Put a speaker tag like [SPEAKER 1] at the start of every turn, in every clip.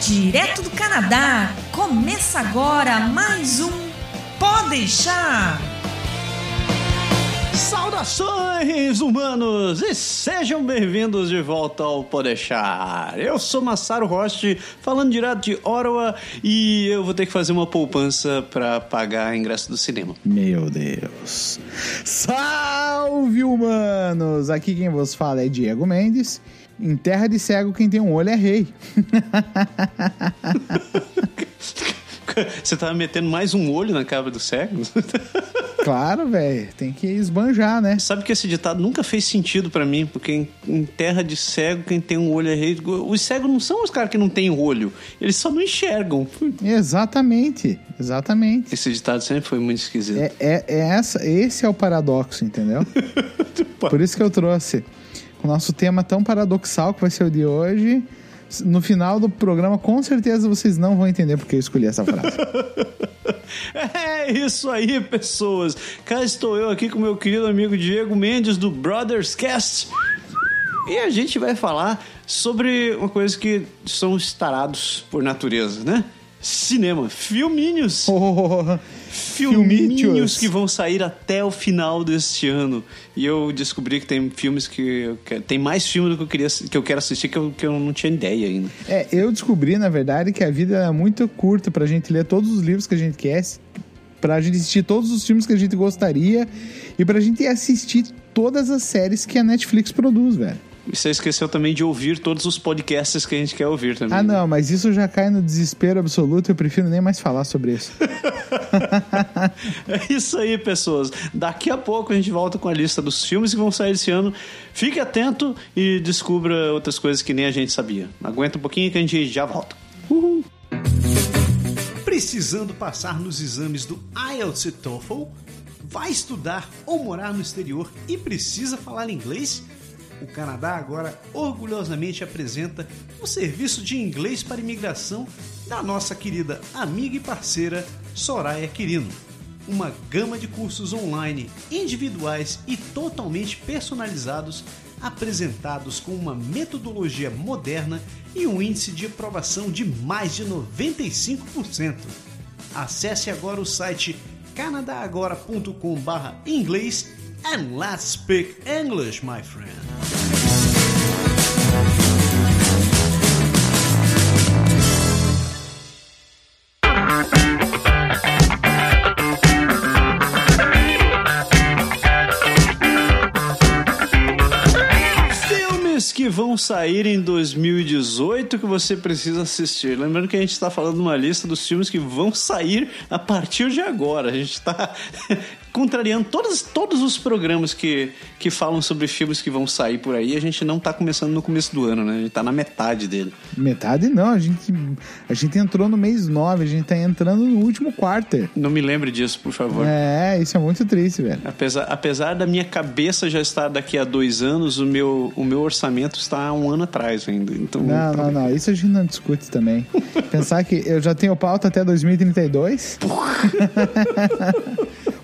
[SPEAKER 1] Direto do Canadá, começa agora mais um Pode deixar.
[SPEAKER 2] Saudações, humanos! E sejam bem-vindos de volta ao Podeixar. Eu sou Massaro Host, falando direto de Ottawa, e eu vou ter que fazer uma poupança pra pagar ingresso do cinema.
[SPEAKER 3] Meu Deus. Salve, humanos! Aqui quem vos fala é Diego Mendes. Em terra de cego, quem tem um olho é rei.
[SPEAKER 2] Você tava metendo mais um olho na cabra do cego?
[SPEAKER 3] Claro, velho. Tem que esbanjar, né?
[SPEAKER 2] Sabe que esse ditado nunca fez sentido pra mim, porque em, em terra de cego, quem tem um olho é rei. Os cegos não são os caras que não têm olho, eles só não enxergam.
[SPEAKER 3] Exatamente. Exatamente.
[SPEAKER 2] Esse ditado sempre foi muito esquisito.
[SPEAKER 3] É, é- é essa, esse é o paradoxo, entendeu? Por isso que eu trouxe o nosso tema tão paradoxal que vai ser o de hoje. No final do programa, com certeza vocês não vão entender porque eu escolhi essa frase.
[SPEAKER 2] É isso aí, pessoas. Cá estou eu aqui com meu querido amigo Diego Mendes do Brothers Cast. E a gente vai falar sobre uma coisa que são tarados por natureza, né? Cinema, filminhos. Filminhos
[SPEAKER 3] Oh, filminhos.
[SPEAKER 2] que vão sair até o final deste ano. E eu descobri que tem filmes que. eu quero- Tem mais filmes do que eu, queria, que eu quero assistir que eu, que eu não tinha ideia ainda.
[SPEAKER 3] É, eu descobri, na verdade, que a vida é muito curta pra gente ler todos os livros que a gente quer, pra gente assistir todos os filmes que a gente gostaria e pra gente assistir todas as séries que a Netflix produz, velho.
[SPEAKER 2] E você esqueceu também de ouvir todos os podcasts que a gente quer ouvir também.
[SPEAKER 3] Ah,
[SPEAKER 2] né?
[SPEAKER 3] não, mas isso já cai no desespero absoluto, eu prefiro nem mais falar sobre isso.
[SPEAKER 2] É isso aí, pessoas. Daqui a pouco a gente volta com a lista dos filmes que vão sair esse ano. Fique atento e descubra outras coisas que nem a gente sabia. Aguenta um pouquinho que a gente já volta.
[SPEAKER 4] Precisando passar nos exames do IELTS e TOEFL? Vai estudar ou morar no exterior e precisa falar inglês? O Canadá agora orgulhosamente apresenta o serviço de inglês para imigração da nossa querida amiga e parceira Soraya Quirino. Uma gama de cursos online, individuais e totalmente personalizados, apresentados com uma metodologia moderna e um índice de aprovação de mais de 95%. Acesse agora o site canadagora.com barra inglês and let's speak English, my friend.
[SPEAKER 2] Filmes que vão sair em 2018 que você precisa assistir. Lembrando que a gente está falando uma lista dos filmes que vão sair a partir de agora. A gente está contrariando todos, todos os programas que, que falam sobre filmes que vão sair por aí. A gente não está começando no começo do ano, né? A gente está na metade dele.
[SPEAKER 3] Metade não, a gente, a gente entrou no mês 9, a gente tá entrando no último quarto.
[SPEAKER 2] Não me lembre disso, por favor.
[SPEAKER 3] É, isso é muito triste, velho.
[SPEAKER 2] Apesar, apesar da minha cabeça já estar daqui a dois anos, o meu, o meu orçamento está um ano atrás ainda. Então,
[SPEAKER 3] Não, não, não, isso a gente não discute também. Pensar que eu já tenho pauta até 2032.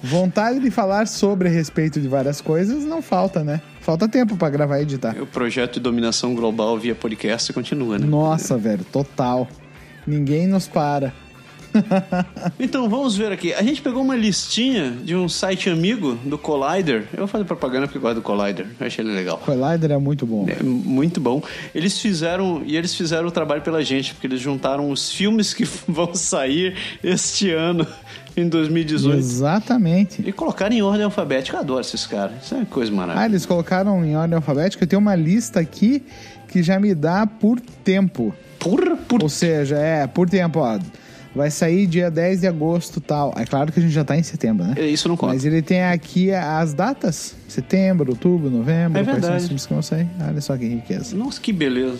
[SPEAKER 3] Vontade de falar sobre a respeito de várias coisas não falta, né? Falta tempo pra gravar e editar.
[SPEAKER 2] O projeto de dominação global via podcast continua, né?
[SPEAKER 3] Nossa, velho, total. Ninguém nos para.
[SPEAKER 2] Então vamos ver aqui. A gente pegou uma listinha de um site amigo do Collider. Eu vou fazer propaganda porque eu gosto do Collider. Eu achei ele legal.
[SPEAKER 3] Collider é muito bom.
[SPEAKER 2] É muito bom. Eles fizeram e eles fizeram o trabalho pela gente, porque eles juntaram os filmes que vão sair este ano em 2018
[SPEAKER 3] Exatamente.
[SPEAKER 2] e colocaram em ordem alfabética. Eu adoro esses caras. Isso é uma coisa maravilhosa.
[SPEAKER 3] Ah, eles colocaram em ordem alfabética. Eu tenho uma lista aqui que já me dá por tempo.
[SPEAKER 2] Porra, por...
[SPEAKER 3] Ou seja, é, por tempo, ó. Vai sair dia 10 de agosto tal. É claro que a gente já tá em setembro, né?
[SPEAKER 2] É, Isso não conta.
[SPEAKER 3] Mas ele tem aqui as datas: setembro, outubro, novembro.
[SPEAKER 2] É
[SPEAKER 3] Quais são
[SPEAKER 2] verdade.
[SPEAKER 3] os filmes que vão sair? Olha só que riqueza.
[SPEAKER 2] Nossa, que beleza.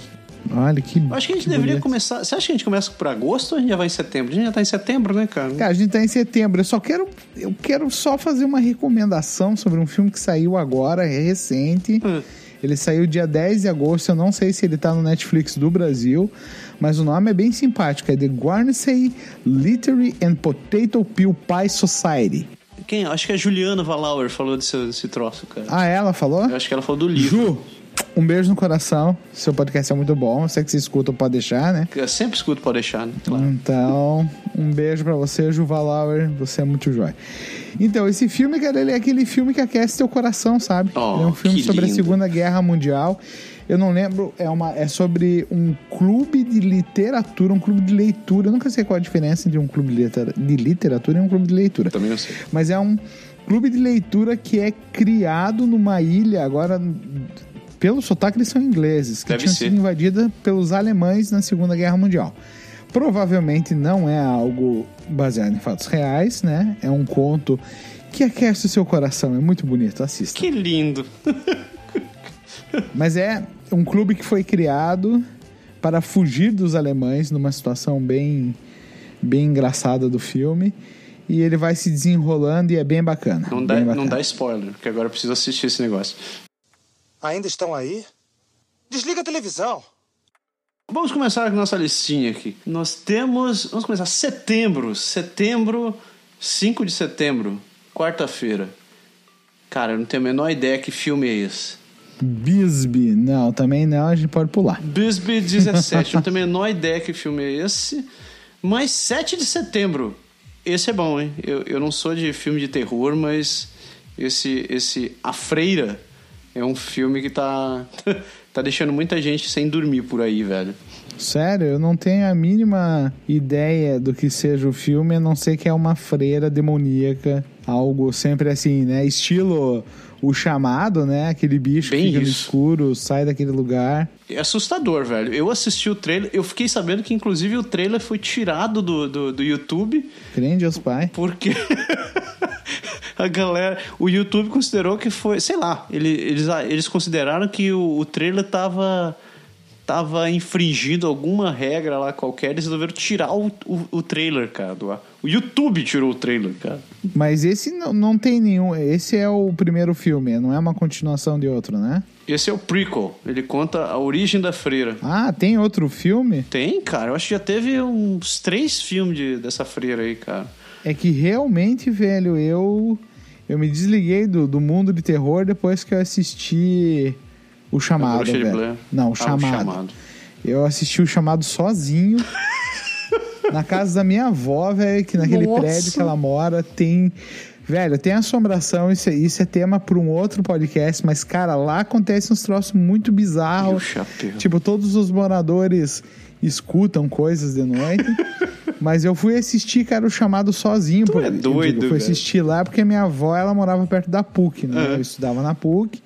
[SPEAKER 3] Olha que.
[SPEAKER 2] Eu Acho que a gente
[SPEAKER 3] é- que
[SPEAKER 2] deveria
[SPEAKER 3] bonito.
[SPEAKER 2] começar. Você acha que a gente começa por agosto ou a gente já vai em setembro? A gente já tá em setembro, né, cara?
[SPEAKER 3] Cara, a gente tá em setembro. Eu só quero. Eu quero só fazer uma recomendação sobre um filme que saiu agora, é recente.
[SPEAKER 2] Hum.
[SPEAKER 3] Ele saiu dia 10 de agosto. Eu não sei se ele tá no Netflix do Brasil, mas o nome é bem simpático. É The Guernsey Literary and Potato Peel Pie Society.
[SPEAKER 2] Quem? Acho que a Juliana Valauer falou desse, desse troço, cara.
[SPEAKER 3] Ah, ela falou?
[SPEAKER 2] Eu acho que ela falou do livro.
[SPEAKER 3] Ju, um um beijo no coração. Seu podcast é muito bom. Sei que você escuta, pode deixar, né?
[SPEAKER 2] Eu sempre escuto pode deixar, né? Claro.
[SPEAKER 3] Então, um beijo pra você, Juval Lauer. Você é muito jóia. Então, esse filme, cara, ele é aquele filme que aquece teu coração, sabe?
[SPEAKER 2] Oh,
[SPEAKER 3] ele é um filme
[SPEAKER 2] que
[SPEAKER 3] sobre a
[SPEAKER 2] lindo.
[SPEAKER 3] Segunda Guerra Mundial. Eu não lembro, é, uma, é sobre um clube de literatura, um clube de leitura. Eu nunca sei qual a diferença entre um clube de litera- de literatura e um clube de leitura.
[SPEAKER 2] Também não sei.
[SPEAKER 3] Mas é um clube de leitura que é criado numa ilha, agora pelo sotaque eles são ingleses, que
[SPEAKER 2] Deve
[SPEAKER 3] tinha
[SPEAKER 2] ser.
[SPEAKER 3] sido invadida pelos alemães na Segunda Guerra Mundial. Provavelmente não é algo baseado em fatos reais, né? É um conto que aquece o seu coração, é muito bonito, assista.
[SPEAKER 2] Que lindo.
[SPEAKER 3] Mas é um clube que foi criado para fugir dos alemães numa situação bem bem engraçada do filme. E ele vai se desenrolando e é bem bacana.
[SPEAKER 2] Não dá,
[SPEAKER 3] bem
[SPEAKER 2] não
[SPEAKER 3] bacana.
[SPEAKER 2] dá spoiler, porque agora eu preciso assistir esse negócio.
[SPEAKER 5] Ainda estão aí? Desliga a televisão.
[SPEAKER 2] Vamos começar com nossa listinha aqui. Nós temos. Vamos começar setembro. Setembro, 5 de setembro, quarta-feira. Cara, eu não tenho a menor ideia que filme é esse.
[SPEAKER 3] Bisbee. Não, também não, a gente pode pular.
[SPEAKER 2] Bisbee 17. eu não tenho a menor ideia que filme é esse. Mas 7 de setembro. Esse é bom, hein? Eu, eu não sou de filme de terror, mas esse, esse A Freira é um filme que tá, tá deixando muita gente sem dormir por aí, velho.
[SPEAKER 3] Sério, eu não tenho a mínima ideia do que seja o filme, a não ser que é uma freira demoníaca. Algo sempre assim, né? Estilo o chamado, né? Aquele bicho que
[SPEAKER 2] Bem
[SPEAKER 3] fica no
[SPEAKER 2] isso.
[SPEAKER 3] escuro, sai daquele lugar.
[SPEAKER 2] É assustador, velho. Eu assisti o trailer, eu fiquei sabendo que inclusive o trailer foi tirado do, do, do YouTube
[SPEAKER 3] Grande aos pai.
[SPEAKER 2] porque a galera. O YouTube considerou que foi. Sei lá, ele- eles, eles consideraram que o, o trailer tava. Tava infringindo alguma regra lá qualquer, eles resolveram tirar o, o, o trailer, cara. do ar. O YouTube tirou o trailer, cara.
[SPEAKER 3] Mas esse não, não tem nenhum. Esse é o primeiro filme, não é uma continuação de outro, né?
[SPEAKER 2] Esse é o prequel, ele conta a origem da freira.
[SPEAKER 3] Ah, tem outro filme?
[SPEAKER 2] Tem, cara, eu acho que já teve uns três filmes de- dessa freira aí, cara.
[SPEAKER 3] É que realmente, velho, eu eu me desliguei do, do mundo de terror depois que eu assisti o chamado,
[SPEAKER 2] Bruxa de
[SPEAKER 3] velho.
[SPEAKER 2] Blair.
[SPEAKER 3] Não,
[SPEAKER 2] Ah,
[SPEAKER 3] o
[SPEAKER 2] o
[SPEAKER 3] chamado.
[SPEAKER 2] Chamado.
[SPEAKER 3] Eu assisti o chamado sozinho. na casa da minha avó, velho, que naquele
[SPEAKER 1] Nossa.
[SPEAKER 3] prédio que ela mora tem Velho, tem assombração, isso é, isso é tema para um outro podcast, mas, cara, lá acontece uns troços
[SPEAKER 2] E
[SPEAKER 3] muito
[SPEAKER 2] o
[SPEAKER 3] bizarros.
[SPEAKER 2] chapéu.
[SPEAKER 3] Tipo, todos os moradores escutam coisas de noite. mas eu fui assistir, cara, o chamado sozinho.
[SPEAKER 2] Tu
[SPEAKER 3] por-
[SPEAKER 2] é
[SPEAKER 3] eu
[SPEAKER 2] doido,
[SPEAKER 3] Fui
[SPEAKER 2] velho. É.
[SPEAKER 3] assistir lá porque minha avó, ela morava perto da PUC, né? Eu estudava na PUC.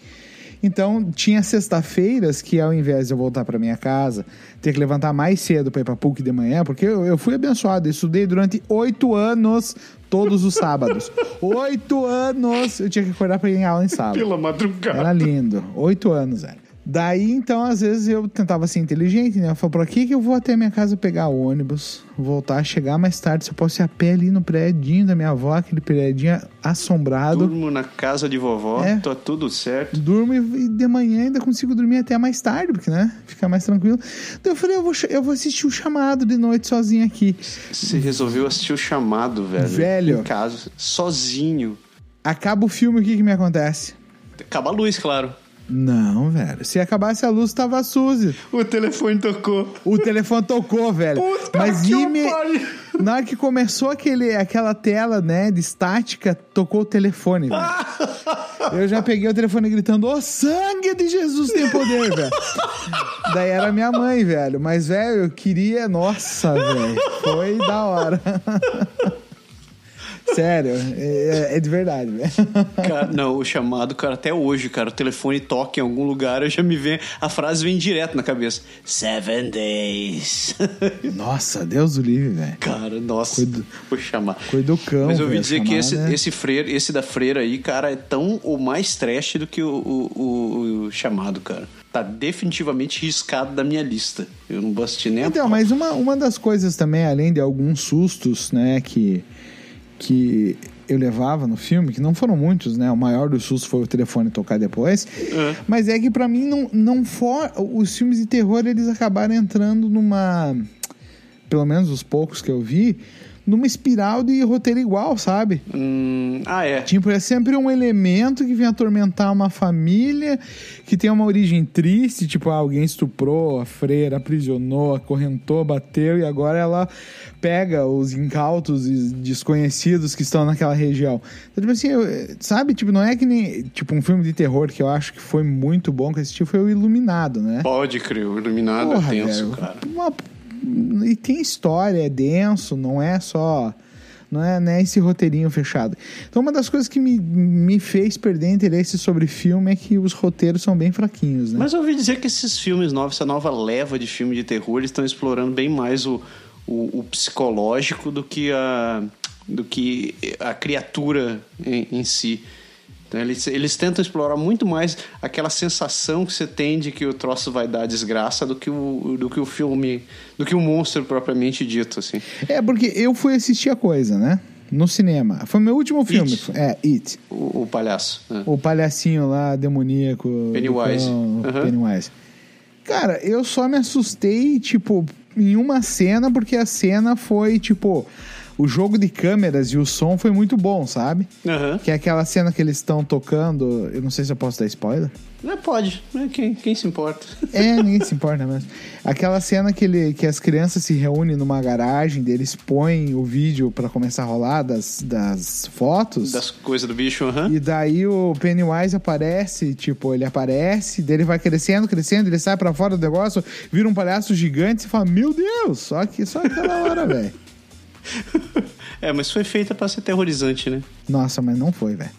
[SPEAKER 3] Então, tinha sexta-feiras que ao invés de eu voltar para minha casa, ter que levantar mais cedo para ir pra PUC de manhã, porque eu, eu fui abençoado, eu estudei durante oito anos todos os sábados. Oito anos eu tinha que acordar para ir em aula em sábado.
[SPEAKER 2] madrugada.
[SPEAKER 3] Era lindo. Oito anos, velho. Daí, então, às vezes eu tentava ser inteligente, né? Eu falava, por que que eu vou até minha casa pegar o ônibus, voltar, chegar mais tarde, se eu posso ir a pé ali no prédio da minha avó, aquele prédio assombrado.
[SPEAKER 2] Durmo na casa de vovó,
[SPEAKER 3] É.
[SPEAKER 2] tá tudo certo.
[SPEAKER 3] Durmo e e de manhã ainda consigo dormir até mais tarde, porque, né? Fica mais tranquilo. Então eu falei, eu vou, ch- eu vou assistir o chamado de noite sozinho aqui.
[SPEAKER 2] Você resolveu assistir o chamado, velho.
[SPEAKER 3] Velho.
[SPEAKER 2] Em casa, sozinho.
[SPEAKER 3] Acaba o filme, o que que me acontece?
[SPEAKER 2] Acaba a luz, claro.
[SPEAKER 3] Não, velho. Se acabasse a luz, tava a Suzy.
[SPEAKER 2] O telefone tocou.
[SPEAKER 3] O telefone tocou, velho.
[SPEAKER 2] Puta
[SPEAKER 3] Mas
[SPEAKER 2] que
[SPEAKER 3] ime-
[SPEAKER 2] eu pariu.
[SPEAKER 3] na hora que começou aquele, aquela tela, né, de estática, tocou o telefone, velho. Eu já peguei o telefone gritando: "O sangue de Jesus tem poder, velho". Daí era minha mãe, velho, mas velho, eu queria, nossa, velho. Foi da hora. Sério, é, é de verdade, velho.
[SPEAKER 2] Cara, não, o chamado, cara, até hoje, cara, o telefone toca em algum lugar, eu já me vem. A frase vem direto na cabeça. Seven days.
[SPEAKER 3] Nossa, Deus do livre, velho.
[SPEAKER 2] Cara, nossa.
[SPEAKER 3] Cuida-
[SPEAKER 2] Vou chamar.
[SPEAKER 3] cuida do cão,
[SPEAKER 2] Mas eu ouvi
[SPEAKER 3] velho,
[SPEAKER 2] dizer
[SPEAKER 3] chamar,
[SPEAKER 2] que esse,
[SPEAKER 3] né?
[SPEAKER 2] esse, freira, esse da freira aí, cara, é tão ou mais trash do que o, o- o- o chamado, cara. Tá definitivamente riscado da minha lista. Eu não vou assistir nem a
[SPEAKER 3] Então, mas uma, uma das coisas também, além de alguns sustos, né, que, que eu levava no filme, que não foram muitos, né? O maior dos sustos foi o telefone tocar depois. Mas é que pra mim não, não for. Os filmes de terror, eles acabaram entrando numa. Pelo menos os poucos que eu vi. numa espiral de roteiro igual, sabe?
[SPEAKER 2] Hum, ah, é.
[SPEAKER 3] Tipo, é sempre um elemento que vem atormentar uma família que tem uma origem triste, tipo, ah, alguém estuprou a freira, aprisionou, acorrentou, bateu e agora ela pega os incautos e desconhecidos que estão naquela região. Então, tipo assim, eu- sabe? Tipo, não é que nem. Tipo, um filme de terror que eu acho que foi muito bom que eu assisti foi o Iluminado, né?
[SPEAKER 2] Pode crer, o iluminado é tenso,
[SPEAKER 3] velho.
[SPEAKER 2] cara.
[SPEAKER 3] Uma- E tem história, é denso, não é só. Não é, não é esse roteirinho fechado. Então, uma das coisas que me, me fez perder interesse sobre filme é que os roteiros são bem fraquinhos, né?
[SPEAKER 2] Mas eu ouvi dizer que esses filmes novos, essa nova leva de filme de terror, eles estão explorando bem mais o, o, o psicológico do que a, do que a criatura em, em si. Então, eles, eles tentam explorar muito mais aquela sensação que você tem de que o troço vai dar desgraça do que o, do que o filme, do que o monstro propriamente dito, assim.
[SPEAKER 3] É, porque eu fui assistir a coisa, né? No cinema. Foi meu último filme.
[SPEAKER 2] It.
[SPEAKER 3] É, It.
[SPEAKER 2] O, o palhaço. né?
[SPEAKER 3] O palhacinho lá, demoníaco. do
[SPEAKER 2] Pennywise.
[SPEAKER 3] cão,
[SPEAKER 2] Aham.
[SPEAKER 3] Pennywise. Cara, eu só me assustei, tipo, em uma cena, porque a cena foi, tipo, o jogo de câmeras e o som foi muito bom, sabe?
[SPEAKER 2] Aham.
[SPEAKER 3] Que é aquela cena que eles estão tocando. Eu não sei se eu posso dar spoiler.
[SPEAKER 2] Não, pode, né? quem, quem se importa?
[SPEAKER 3] É, ninguém se importa mesmo. Aquela cena que, ele, que as crianças se reúnem numa garagem, daí eles põem o vídeo pra começar a rolar das, das fotos.
[SPEAKER 2] Das coisas do bicho, aham.
[SPEAKER 3] E daí o Pennywise aparece, tipo, ele aparece, daí ele vai crescendo, crescendo, ele sai pra fora do negócio, vira um palhaço gigante, você fala, meu Deus, só que só aquela hora, velho.
[SPEAKER 2] É, mas foi feita pra ser terrorizante, né?
[SPEAKER 3] Nossa, mas não foi, velho.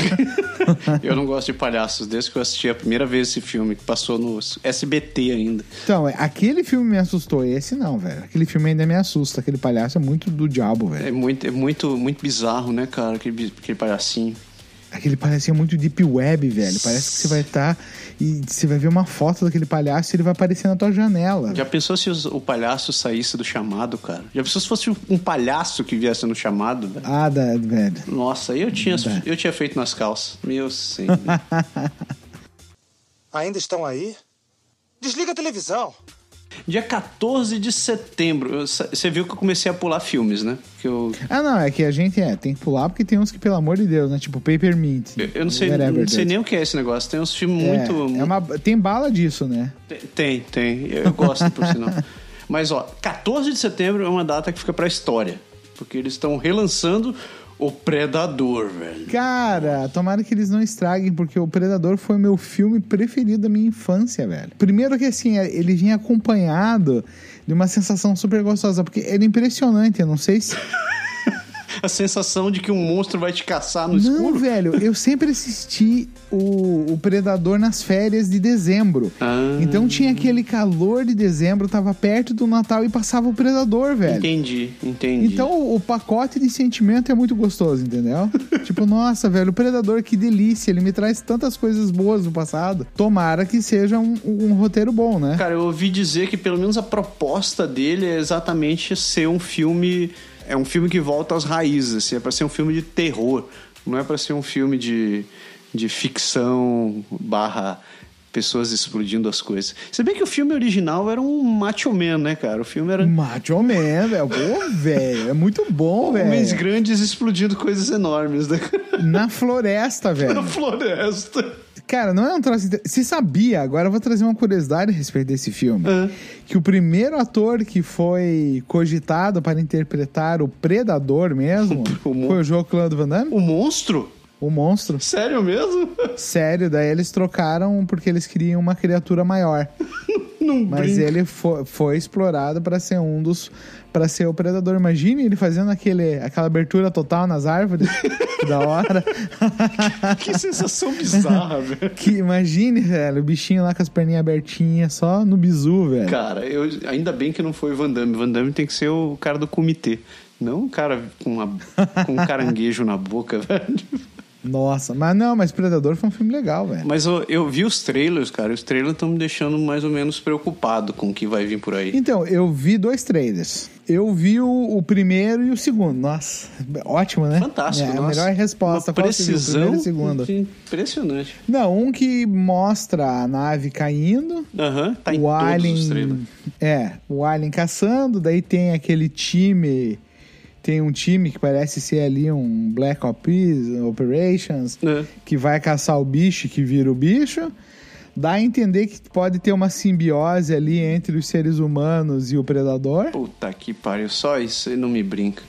[SPEAKER 2] Eu não gosto de palhaços, desde que eu assisti a primeira vez esse filme, que passou no SBT ainda.
[SPEAKER 3] Então, é, aquele filme me assustou, esse não, velho. Aquele filme ainda me assusta, aquele palhaço é muito do diabo, velho.
[SPEAKER 2] É muito, é muito, muito bizarro, né, cara? Aquele, bi- aquele palhacinho.
[SPEAKER 3] Aquele palhaço é muito deep web, velho. Parece que você vai estar e você vai ver uma foto daquele palhaço e ele vai aparecer na tua janela.
[SPEAKER 2] Já pensou se os- o palhaço saísse do chamado, cara? Já pensou se fosse um palhaço que viesse no chamado? velho?
[SPEAKER 3] Ah, da- velho.
[SPEAKER 2] Nossa, aí eu tinha, eu tinha feito nas calças. Meu senhor.
[SPEAKER 5] Ainda estão aí? Desliga a televisão.
[SPEAKER 2] Dia 14 de setembro. eu sa- Você viu que eu comecei a pular filmes, né? Que eu,
[SPEAKER 3] Ah, não, é que a gente é, tem que pular porque tem uns que, pelo amor de Deus, né? Tipo Papermint.
[SPEAKER 2] eu- eu não sei,
[SPEAKER 3] whatever,
[SPEAKER 2] não sei
[SPEAKER 3] dude.
[SPEAKER 2] nem o que é esse negócio. Tem uns filmes
[SPEAKER 3] É,
[SPEAKER 2] muito.
[SPEAKER 3] é uma, tem bala disso, né?
[SPEAKER 2] Tem, Tem, tem. Eu eu gosto, por sinal. Mas, ó, 14 de setembro é uma data que fica pra história. Porque eles estão relançando o Predador, velho.
[SPEAKER 3] Cara, tomara que eles não estraguem, porque o Predador foi meu filme preferido da minha infância, velho. Primeiro que assim, ele vinha acompanhado de uma sensação super gostosa, porque era impressionante, eu não sei se.
[SPEAKER 2] A sensação de que um monstro vai te caçar no
[SPEAKER 3] Não,
[SPEAKER 2] escuro.
[SPEAKER 3] velho, eu sempre assisti o, o Predador nas férias de dezembro.
[SPEAKER 2] Ah.
[SPEAKER 3] Então tinha aquele calor de dezembro, tava perto do Natal e passava o Predador, velho.
[SPEAKER 2] Entendi, entendi.
[SPEAKER 3] Então o, o pacote de sentimento é muito gostoso, entendeu? tipo, nossa, velho, o Predador, que delícia, ele me traz tantas coisas boas do passado. Tomara que seja um, um roteiro bom, né?
[SPEAKER 2] Cara, eu ouvi dizer que pelo menos a proposta dele é exatamente ser um filme. É um filme que volta às raízes, assim, é pra ser um filme de terror. Não é pra ser um filme de, de ficção barra pessoas explodindo as coisas. Se bem que o filme original era um macho man, né, cara? O filme era
[SPEAKER 3] Macho Man, velho. Pô, velho. É muito bom,
[SPEAKER 2] homens
[SPEAKER 3] velho.
[SPEAKER 2] grandes explodindo coisas enormes né?
[SPEAKER 3] Na floresta,
[SPEAKER 2] na
[SPEAKER 3] velho.
[SPEAKER 2] floresta.
[SPEAKER 3] Cara, não é um troço. inte- Se sabia, agora eu vou trazer uma curiosidade a respeito desse filme.
[SPEAKER 2] Ah.
[SPEAKER 3] Que o primeiro ator que foi cogitado para interpretar o Predador mesmo
[SPEAKER 2] O mon-
[SPEAKER 3] foi o João Claude Van Damme,
[SPEAKER 2] O monstro?
[SPEAKER 3] o monstro.
[SPEAKER 2] Sério mesmo?
[SPEAKER 3] Sério, daí eles trocaram porque eles queriam uma criatura maior.
[SPEAKER 2] Não
[SPEAKER 3] Mas
[SPEAKER 2] brinca.
[SPEAKER 3] ele foi, foi explorado pra ser um dos. para ser o predador. Imagine ele fazendo aquele, aquela abertura total nas árvores. Que da hora.
[SPEAKER 2] Que sensação bizarra, velho.
[SPEAKER 3] Que imagine, velho, o bichinho lá com as perninhas abertinhas, só no bizu, velho.
[SPEAKER 2] Cara, eu, ainda bem que não foi o Van Damme. Van Damme tem que ser o cara do comitê. Não o cara com, uma, com um caranguejo na boca, velho.
[SPEAKER 3] Nossa, mas não, mas Predador foi um filme legal, velho.
[SPEAKER 2] Mas eu, eu vi os trailers, cara. e Os trailers estão me deixando mais ou menos preocupado com o que vai vir por aí.
[SPEAKER 3] Então, eu vi dois trailers. Eu vi o, o primeiro e o segundo. Nossa, ótimo, né?
[SPEAKER 2] Fantástico,
[SPEAKER 3] É,
[SPEAKER 2] nossa.
[SPEAKER 3] a melhor resposta.
[SPEAKER 2] Uma
[SPEAKER 3] Qual você viu, o
[SPEAKER 2] precisão
[SPEAKER 3] primeiro e o segundo.
[SPEAKER 2] impressionante.
[SPEAKER 3] Não, um que mostra a nave caindo,
[SPEAKER 2] Aham, tá em
[SPEAKER 3] o
[SPEAKER 2] todos os
[SPEAKER 3] Alien.
[SPEAKER 2] trailers.
[SPEAKER 3] É, o Alien caçando, daí tem aquele time Tem um time que parece ser ali um Black Ops, Operations,
[SPEAKER 2] É.
[SPEAKER 3] que vai caçar o bicho que vira o bicho. Dá a entender que pode ter uma simbiose ali entre os seres humanos e o predador.
[SPEAKER 2] Puta que pariu, só isso aí não me brinca.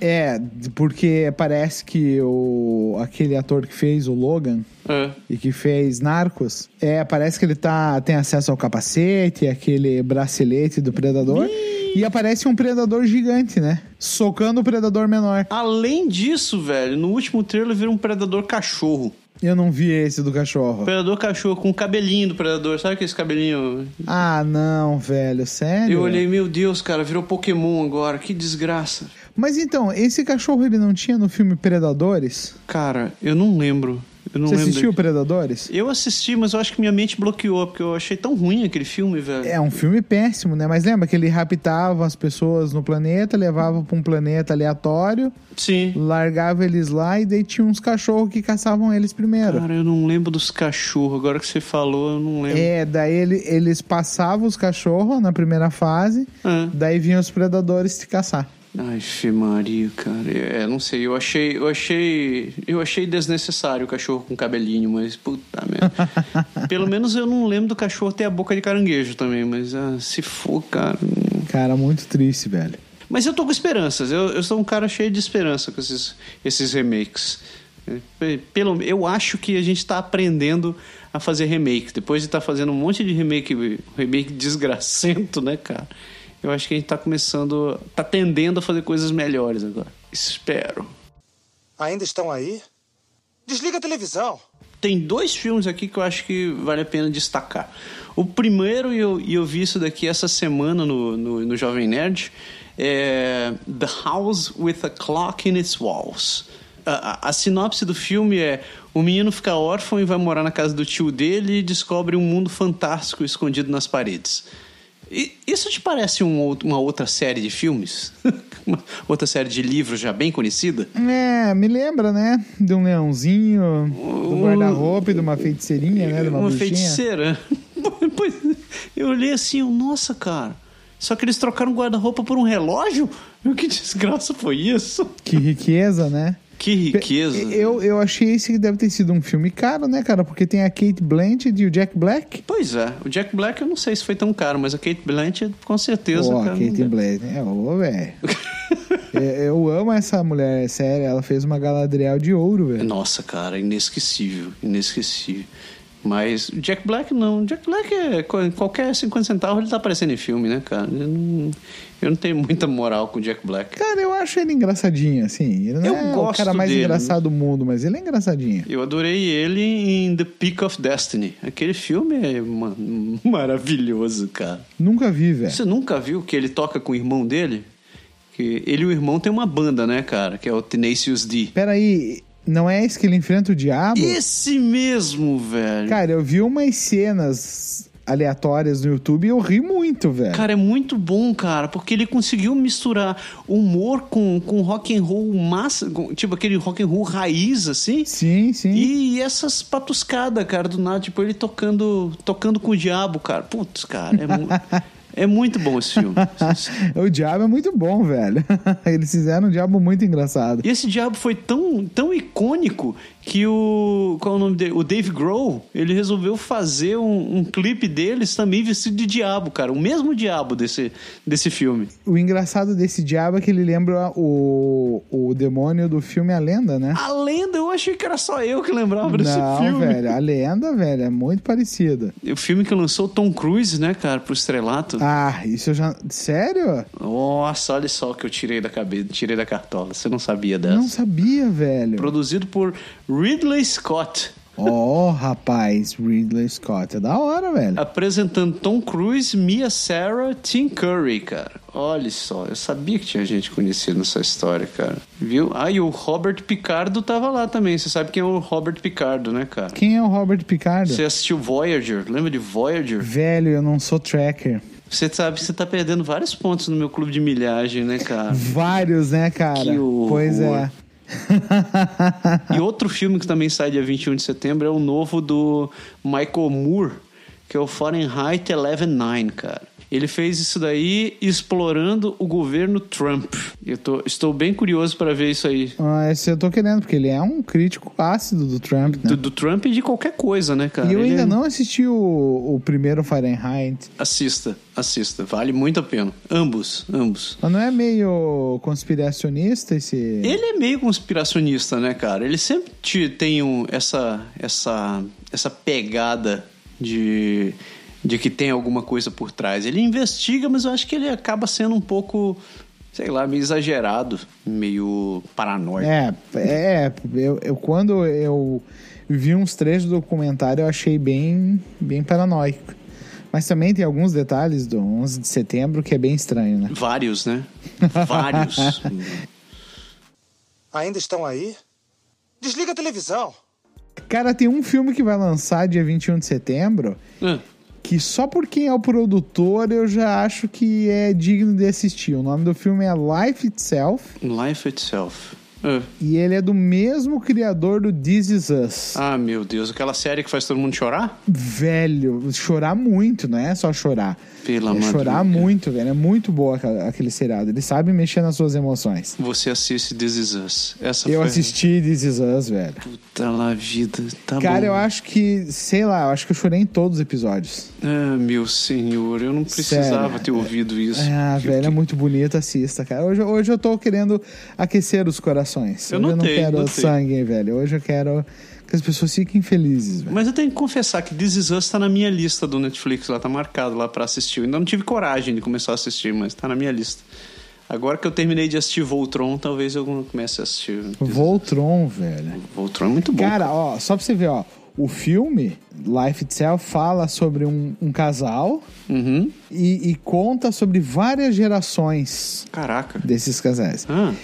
[SPEAKER 3] É, porque parece que o, aquele ator que fez o Logan,
[SPEAKER 2] É.
[SPEAKER 3] e que fez Narcos. É, parece que ele tá, tem acesso ao capacete, é aquele bracelete do predador. E aparece um predador gigante, né? Socando o predador menor.
[SPEAKER 2] Além disso, velho, no último trailer vira um predador cachorro.
[SPEAKER 3] Eu não vi esse do cachorro.
[SPEAKER 2] Predador cachorro com o cabelinho do predador, sabe aquele cabelinho?
[SPEAKER 3] Ah, não, velho, sério?
[SPEAKER 2] Eu olhei, meu Deus, cara, virou Pokémon agora, que desgraça.
[SPEAKER 3] Mas então, esse cachorro ele não tinha no filme Predadores?
[SPEAKER 2] Cara, eu não lembro. Eu não
[SPEAKER 3] Você
[SPEAKER 2] lembro.
[SPEAKER 3] assistiu
[SPEAKER 2] daquele-
[SPEAKER 3] Predadores?
[SPEAKER 2] Eu assisti, mas eu acho que minha mente bloqueou, porque eu achei tão ruim aquele filme, velho.
[SPEAKER 3] É um filme péssimo, né? Mas lembra que ele raptava as pessoas no planeta, levava pra um planeta aleatório,
[SPEAKER 2] Sim.
[SPEAKER 3] largava eles lá e daí tinha uns cachorros que caçavam eles primeiro.
[SPEAKER 2] Cara, eu não lembro dos cachorros. Agora que você falou, eu não lembro.
[SPEAKER 3] É, daí ele- eles passavam os cachorros na primeira fase,
[SPEAKER 2] Ah.
[SPEAKER 3] daí vinham os predadores te caçar.
[SPEAKER 2] Ai, Fê Maria, cara. É, não sei, eu achei, eu achei, eu achei desnecessário o cachorro com cabelinho, mas puta merda. Pelo menos eu não lembro do cachorro ter a boca de caranguejo também, mas ah, se for, cara. hum.
[SPEAKER 3] Cara, muito triste, velho.
[SPEAKER 2] Mas eu tô com esperanças. Eu, eu sou um cara cheio de esperança com esses, esses remakes. É, pe- Pelo, eu acho que a gente tá aprendendo a fazer remake. Depois de estar fazendo um monte de remake, remake desgracento, né, cara? Eu acho que a gente tá começando, tá tendendo a fazer coisas melhores agora. Espero.
[SPEAKER 5] Ainda estão aí? Desliga a televisão.
[SPEAKER 2] Tem dois filmes aqui que eu acho que vale a pena destacar. O primeiro, e eu, e eu vi isso daqui essa semana no, no, no Jovem Nerd, é The House with a Clock in Its Walls. A, a- a sinopse do filme é: o menino fica órfão e vai morar na casa do tio dele e descobre um mundo fantástico escondido nas paredes. E isso te parece um outro- uma outra série de filmes? uma outra série de livros já bem conhecida?
[SPEAKER 3] É, me lembra, né? De um leãozinho, do guarda-roupa e de uma feiticeirinha, né? De uma,
[SPEAKER 2] uma
[SPEAKER 3] bruxinha.
[SPEAKER 2] feiticeira. Um é. Pois, eu olhei assim, eu, nossa, cara. Só que eles trocaram o guarda-roupa por um relógio? Meu, Que desgraça foi isso?
[SPEAKER 3] Que riqueza, né?
[SPEAKER 2] Que riqueza.
[SPEAKER 3] Eu, eu achei esse que deve ter sido um filme caro, né, cara? Porque tem a Kate Blanchett e o Jack Black.
[SPEAKER 2] Pois é, o Jack Black eu não sei se foi tão caro, mas a Kate Blanchett com certeza.
[SPEAKER 3] Ó,
[SPEAKER 2] cara,
[SPEAKER 3] Kate
[SPEAKER 2] não-
[SPEAKER 3] Blanchett, né? Ô, velho. É, eu amo essa mulher, sério. Ela fez uma Galadriel de ouro, velho.
[SPEAKER 2] Nossa, cara, inesquecível, inesquecível. Mas o Jack Black não. O Jack Black é co- qualquer 50 centavos ele tá aparecendo em filme, né, cara? Eu não, eu não tenho muita moral com o Jack Black.
[SPEAKER 3] Cara, eu acho ele engraçadinho, assim. Ele não
[SPEAKER 2] Eu
[SPEAKER 3] é
[SPEAKER 2] gosto
[SPEAKER 3] o cara mais
[SPEAKER 2] dele.
[SPEAKER 3] engraçado do mundo, mas ele é engraçadinho.
[SPEAKER 2] Eu adorei ele em The Peak of Destiny. Aquele filme é ma- maravilhoso, cara.
[SPEAKER 3] Nunca vi, velho.
[SPEAKER 2] Você nunca viu que ele toca com o irmão dele? Que ele e o irmão tem uma banda, né, cara? Que é o Tenacious D.
[SPEAKER 3] Peraí, não é esse que ele enfrenta o diabo?
[SPEAKER 2] Esse mesmo, velho. Cara,
[SPEAKER 3] Cara, eu vi umas cenas aleatórias no YouTube e eu ri muito, velho.
[SPEAKER 2] é muito bom, cara, porque ele conseguiu misturar humor com, com rock and roll massa, com- tipo aquele rock and roll raiz, assim.
[SPEAKER 3] Sim, sim.
[SPEAKER 2] E essas patuscadas, cara, do nada, tipo, ele tocando, tocando com o diabo, cara. Putz, cara, é, mu- é muito bom esse filme.
[SPEAKER 3] O diabo é muito bom, velho. Eles fizeram um diabo muito engraçado.
[SPEAKER 2] E esse diabo foi tão, tão icônico que o. Qual é o nome dele? O Dave Grohl, ele resolveu fazer um, um clipe deles também vestido de diabo, cara. O mesmo diabo desse, desse filme.
[SPEAKER 3] O engraçado desse diabo é que ele lembra o, o demônio do filme A Lenda, né?
[SPEAKER 2] A lenda, eu achei que era só eu que lembrava desse
[SPEAKER 3] não,
[SPEAKER 2] filme.
[SPEAKER 3] velho. A Lenda, velho, é muito parecida.
[SPEAKER 2] O filme que lançou o Tom Cruise, né, cara, pro estrelato.
[SPEAKER 3] Ah, isso eu já. Sério?
[SPEAKER 2] Nossa, olha só o que eu tirei da cabeça, tirei da cartola. Você não sabia dessa.
[SPEAKER 3] Não sabia, velho.
[SPEAKER 2] Produzido por Ridley Scott,
[SPEAKER 3] Ó, rapaz, Ridley Scott. É da hora, velho.
[SPEAKER 2] apresentando Tom Cruise, Mia Sarah, Tim Curry, cara. Olha só, eu sabia que tinha gente conhecida nessa história, cara. Viu? Ah, e o Robert Picardo tava lá também. Você sabe quem é o Robert Picardo, né, cara?
[SPEAKER 3] Quem é o Robert Picardo?
[SPEAKER 2] Você assistiu Voyager, lembra de Voyager?
[SPEAKER 3] Velho, eu não sou tracker.
[SPEAKER 2] Você sabe que você tá perdendo vários pontos no meu clube de milhagem, né, cara?
[SPEAKER 3] Vários, né, cara?
[SPEAKER 2] Que horror.
[SPEAKER 3] pois é.
[SPEAKER 2] E outro filme que também sai dia 21 de setembro é o novo do Michael Moore, que é o Fahrenheit 11.9, cara. Ele fez isso daí explorando o governo Trump. Eu tô- estou bem curioso para ver isso aí.
[SPEAKER 3] Ah, esse eu tô querendo, porque ele é um crítico ácido do Trump, né?
[SPEAKER 2] Do, do Trump e de qualquer coisa, né, cara?
[SPEAKER 3] E eu
[SPEAKER 2] Ele
[SPEAKER 3] ainda
[SPEAKER 2] é-
[SPEAKER 3] não assisti o, o primeiro Fahrenheit.
[SPEAKER 2] Assista, assista. Vale muito a pena. Ambos, ambos.
[SPEAKER 3] Mas não é meio conspiracionista esse.
[SPEAKER 2] Ele é meio conspiracionista, né, cara? Ele sempre te- tem um- essa, essa, essa pegada de, de que tem alguma coisa por trás. Ele investiga, mas eu acho que ele acaba sendo um pouco, sei lá, meio exagerado, meio paranoico.
[SPEAKER 3] É, é eu, eu- quando eu vi uns trechos do documentário, eu achei bem, bem paranoico. Mas também tem alguns detalhes do 11 de setembro que é bem estranho, né?
[SPEAKER 2] Vários, né? Vários.
[SPEAKER 5] Ainda estão aí? Desliga a televisão.
[SPEAKER 3] Cara, tem um filme que vai lançar dia 21 de setembro
[SPEAKER 2] Ah,
[SPEAKER 3] que só por quem é o produtor eu já acho que é digno de assistir. O nome do filme é Life Itself
[SPEAKER 2] Life Itself. Ah,
[SPEAKER 3] e ele é do mesmo criador do This Is Us.
[SPEAKER 2] Ah, meu Deus, aquela série que faz todo mundo chorar?
[SPEAKER 3] Velho, chorar muito, não é só chorar.
[SPEAKER 2] Pelo
[SPEAKER 3] é
[SPEAKER 2] amor de
[SPEAKER 3] chorar
[SPEAKER 2] Deus.
[SPEAKER 3] muito, velho. É muito boa aquela- aquele seriado. Ele sabe mexer nas suas emoções.
[SPEAKER 2] Você assiste This Is Us. Essa
[SPEAKER 3] Eu
[SPEAKER 2] foi...
[SPEAKER 3] assisti This Is Us, velho.
[SPEAKER 2] Puta lá vida, tá
[SPEAKER 3] Cara,
[SPEAKER 2] bom.
[SPEAKER 3] eu acho que, sei lá, eu acho que eu chorei em todos os episódios.
[SPEAKER 2] Ah, meu senhor, eu não precisava
[SPEAKER 3] Sério.
[SPEAKER 2] ter ouvido isso.
[SPEAKER 3] Ah,
[SPEAKER 2] Que-
[SPEAKER 3] velho, é muito bonito, assista, cara. Hoje, hoje eu tô querendo aquecer os corações.
[SPEAKER 2] Eu notei,
[SPEAKER 3] hoje eu não quero
[SPEAKER 2] notei.
[SPEAKER 3] sangue, velho. Hoje eu quero que as pessoas fiquem felizes, velho.
[SPEAKER 2] Mas eu tenho que confessar que This Is Us tá na minha lista do Netflix, lá tá marcado lá pra assistir. Eu ainda não tive coragem de começar a assistir, mas tá na minha lista. Agora que eu terminei de assistir Voltron, talvez eu comece a assistir. This Is-
[SPEAKER 3] Voltron, velho.
[SPEAKER 2] Voltron é muito bom.
[SPEAKER 3] Cara, ó, só pra você ver, ó. O filme, Life Itself, fala sobre um, um casal
[SPEAKER 2] Uhum.
[SPEAKER 3] e, e conta sobre várias gerações
[SPEAKER 2] Caraca.
[SPEAKER 3] desses casais.
[SPEAKER 2] Ah,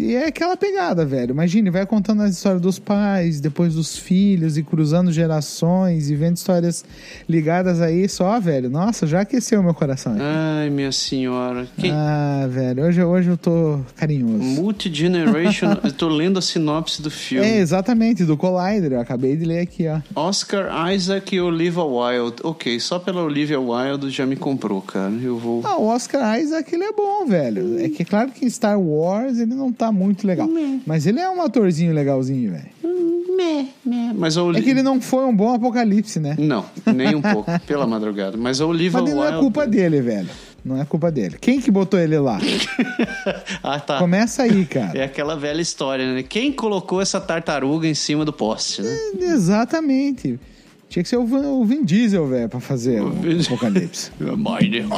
[SPEAKER 3] E é aquela pegada, velho. Imagine, vai contando as histórias dos pais, depois dos filhos, e cruzando gerações, e vendo histórias ligadas aí só, velho. Nossa, já aqueceu meu coração.
[SPEAKER 2] ai, minha senhora. Que
[SPEAKER 3] Ah, velho, hoje, hoje eu tô carinhoso.
[SPEAKER 2] multi-generation. eu tô lendo a sinopse do filme.
[SPEAKER 3] É, exatamente, do Collider. Eu acabei de ler aqui, ó.
[SPEAKER 2] Oscar Isaac e Olivia Wilde. Ok, só pela Olivia Wilde já me comprou, cara. Eu vou.
[SPEAKER 3] Ah, o Oscar Isaac, ele é bom, velho. É que é claro que em Star Wars ele não tá muito legal. Mas ele é um atorzinho legalzinho, velho.
[SPEAKER 2] Mas a
[SPEAKER 3] É
[SPEAKER 2] Olivia.
[SPEAKER 3] que ele não foi um bom apocalipse, né?
[SPEAKER 2] Não, um nem um pouco, pela madrugada. Mas a Olivia
[SPEAKER 3] Mas daí não é
[SPEAKER 2] Wilde-
[SPEAKER 3] culpa dele, velho. Não é culpa dele. Quem que botou ele lá?
[SPEAKER 2] ah, tá.
[SPEAKER 3] Começa aí, cara.
[SPEAKER 2] É aquela velha história, né? Quem colocou essa tartaruga em cima do poste, né?
[SPEAKER 3] Exatamente. Tinha que ser o Van- o Vin Diesel, velho, pra fazer o
[SPEAKER 2] Vin-
[SPEAKER 3] apocalipse.
[SPEAKER 2] Mine, I'm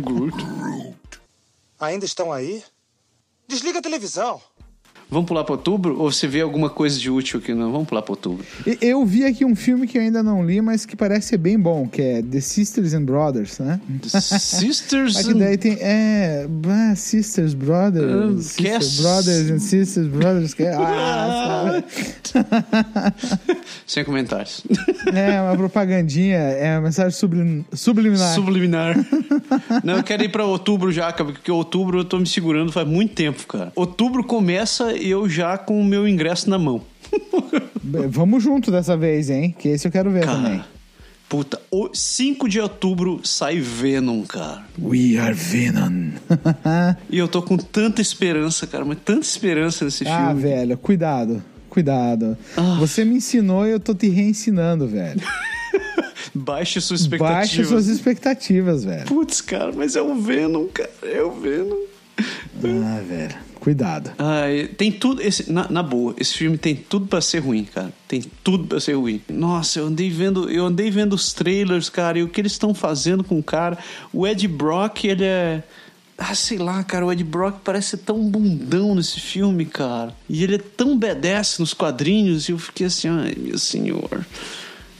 [SPEAKER 2] good. I'm good.
[SPEAKER 5] Ainda estão aí? Desliga a televisão.
[SPEAKER 2] Vamos pular pra outubro? Ou você vê alguma coisa de útil aqui? Não, vamos pular pra outubro.
[SPEAKER 3] E- Eu vi aqui um filme que eu ainda não li, mas que parece ser bem bom, que é The Sisters and Brothers, né?
[SPEAKER 2] The Sisters.
[SPEAKER 3] Mas que
[SPEAKER 2] in-
[SPEAKER 3] daí tem. É. bah, sisters,
[SPEAKER 2] Ah,
[SPEAKER 3] brothers.
[SPEAKER 2] que-
[SPEAKER 3] sisters, brothers and sisters, brothers. Que, é, ah,
[SPEAKER 2] Sem comentários.
[SPEAKER 3] sabe? É uma propagandinha, é uma mensagem sublim- subliminar.
[SPEAKER 2] Subliminar. Não, eu quero ir pra outubro já, cara, porque outubro eu tô me segurando faz muito tempo, cara. Outubro começa e eu já com o meu ingresso na mão.
[SPEAKER 3] B- Vamos junto dessa vez, hein? Que esse eu quero ver também.
[SPEAKER 2] Cara, puta, o 5 de outubro sai Venom, cara.
[SPEAKER 3] We are Venom. Ah,
[SPEAKER 2] E eu tô com tanta esperança, cara, mas tanta esperança nesse
[SPEAKER 3] ah,
[SPEAKER 2] filme.
[SPEAKER 3] velho, cuidado. Cuidado.
[SPEAKER 2] Ah.
[SPEAKER 3] Você me ensinou e eu tô te reensinando, velho.
[SPEAKER 2] Baixe suas expectativas.
[SPEAKER 3] Baixa suas expectativas, velho.
[SPEAKER 2] Putz, cara, mas é o Venom, cara, é o Venom.
[SPEAKER 3] Ah, velho. Cuidado.
[SPEAKER 2] Ai, Ah, tem tudo. Esse, na, na boa, esse filme tem tudo pra ser ruim, cara. Tem tudo pra ser ruim. Nossa, eu andei vendo, eu andei vendo os trailers, cara, e o que eles estão fazendo com o cara. O Ed Brock, ele é. Ah, sei lá, cara, o Ed Brock parece tão bundão nesse filme, cara. E ele é tão bedece nos quadrinhos, e eu fiquei assim, ai meu senhor.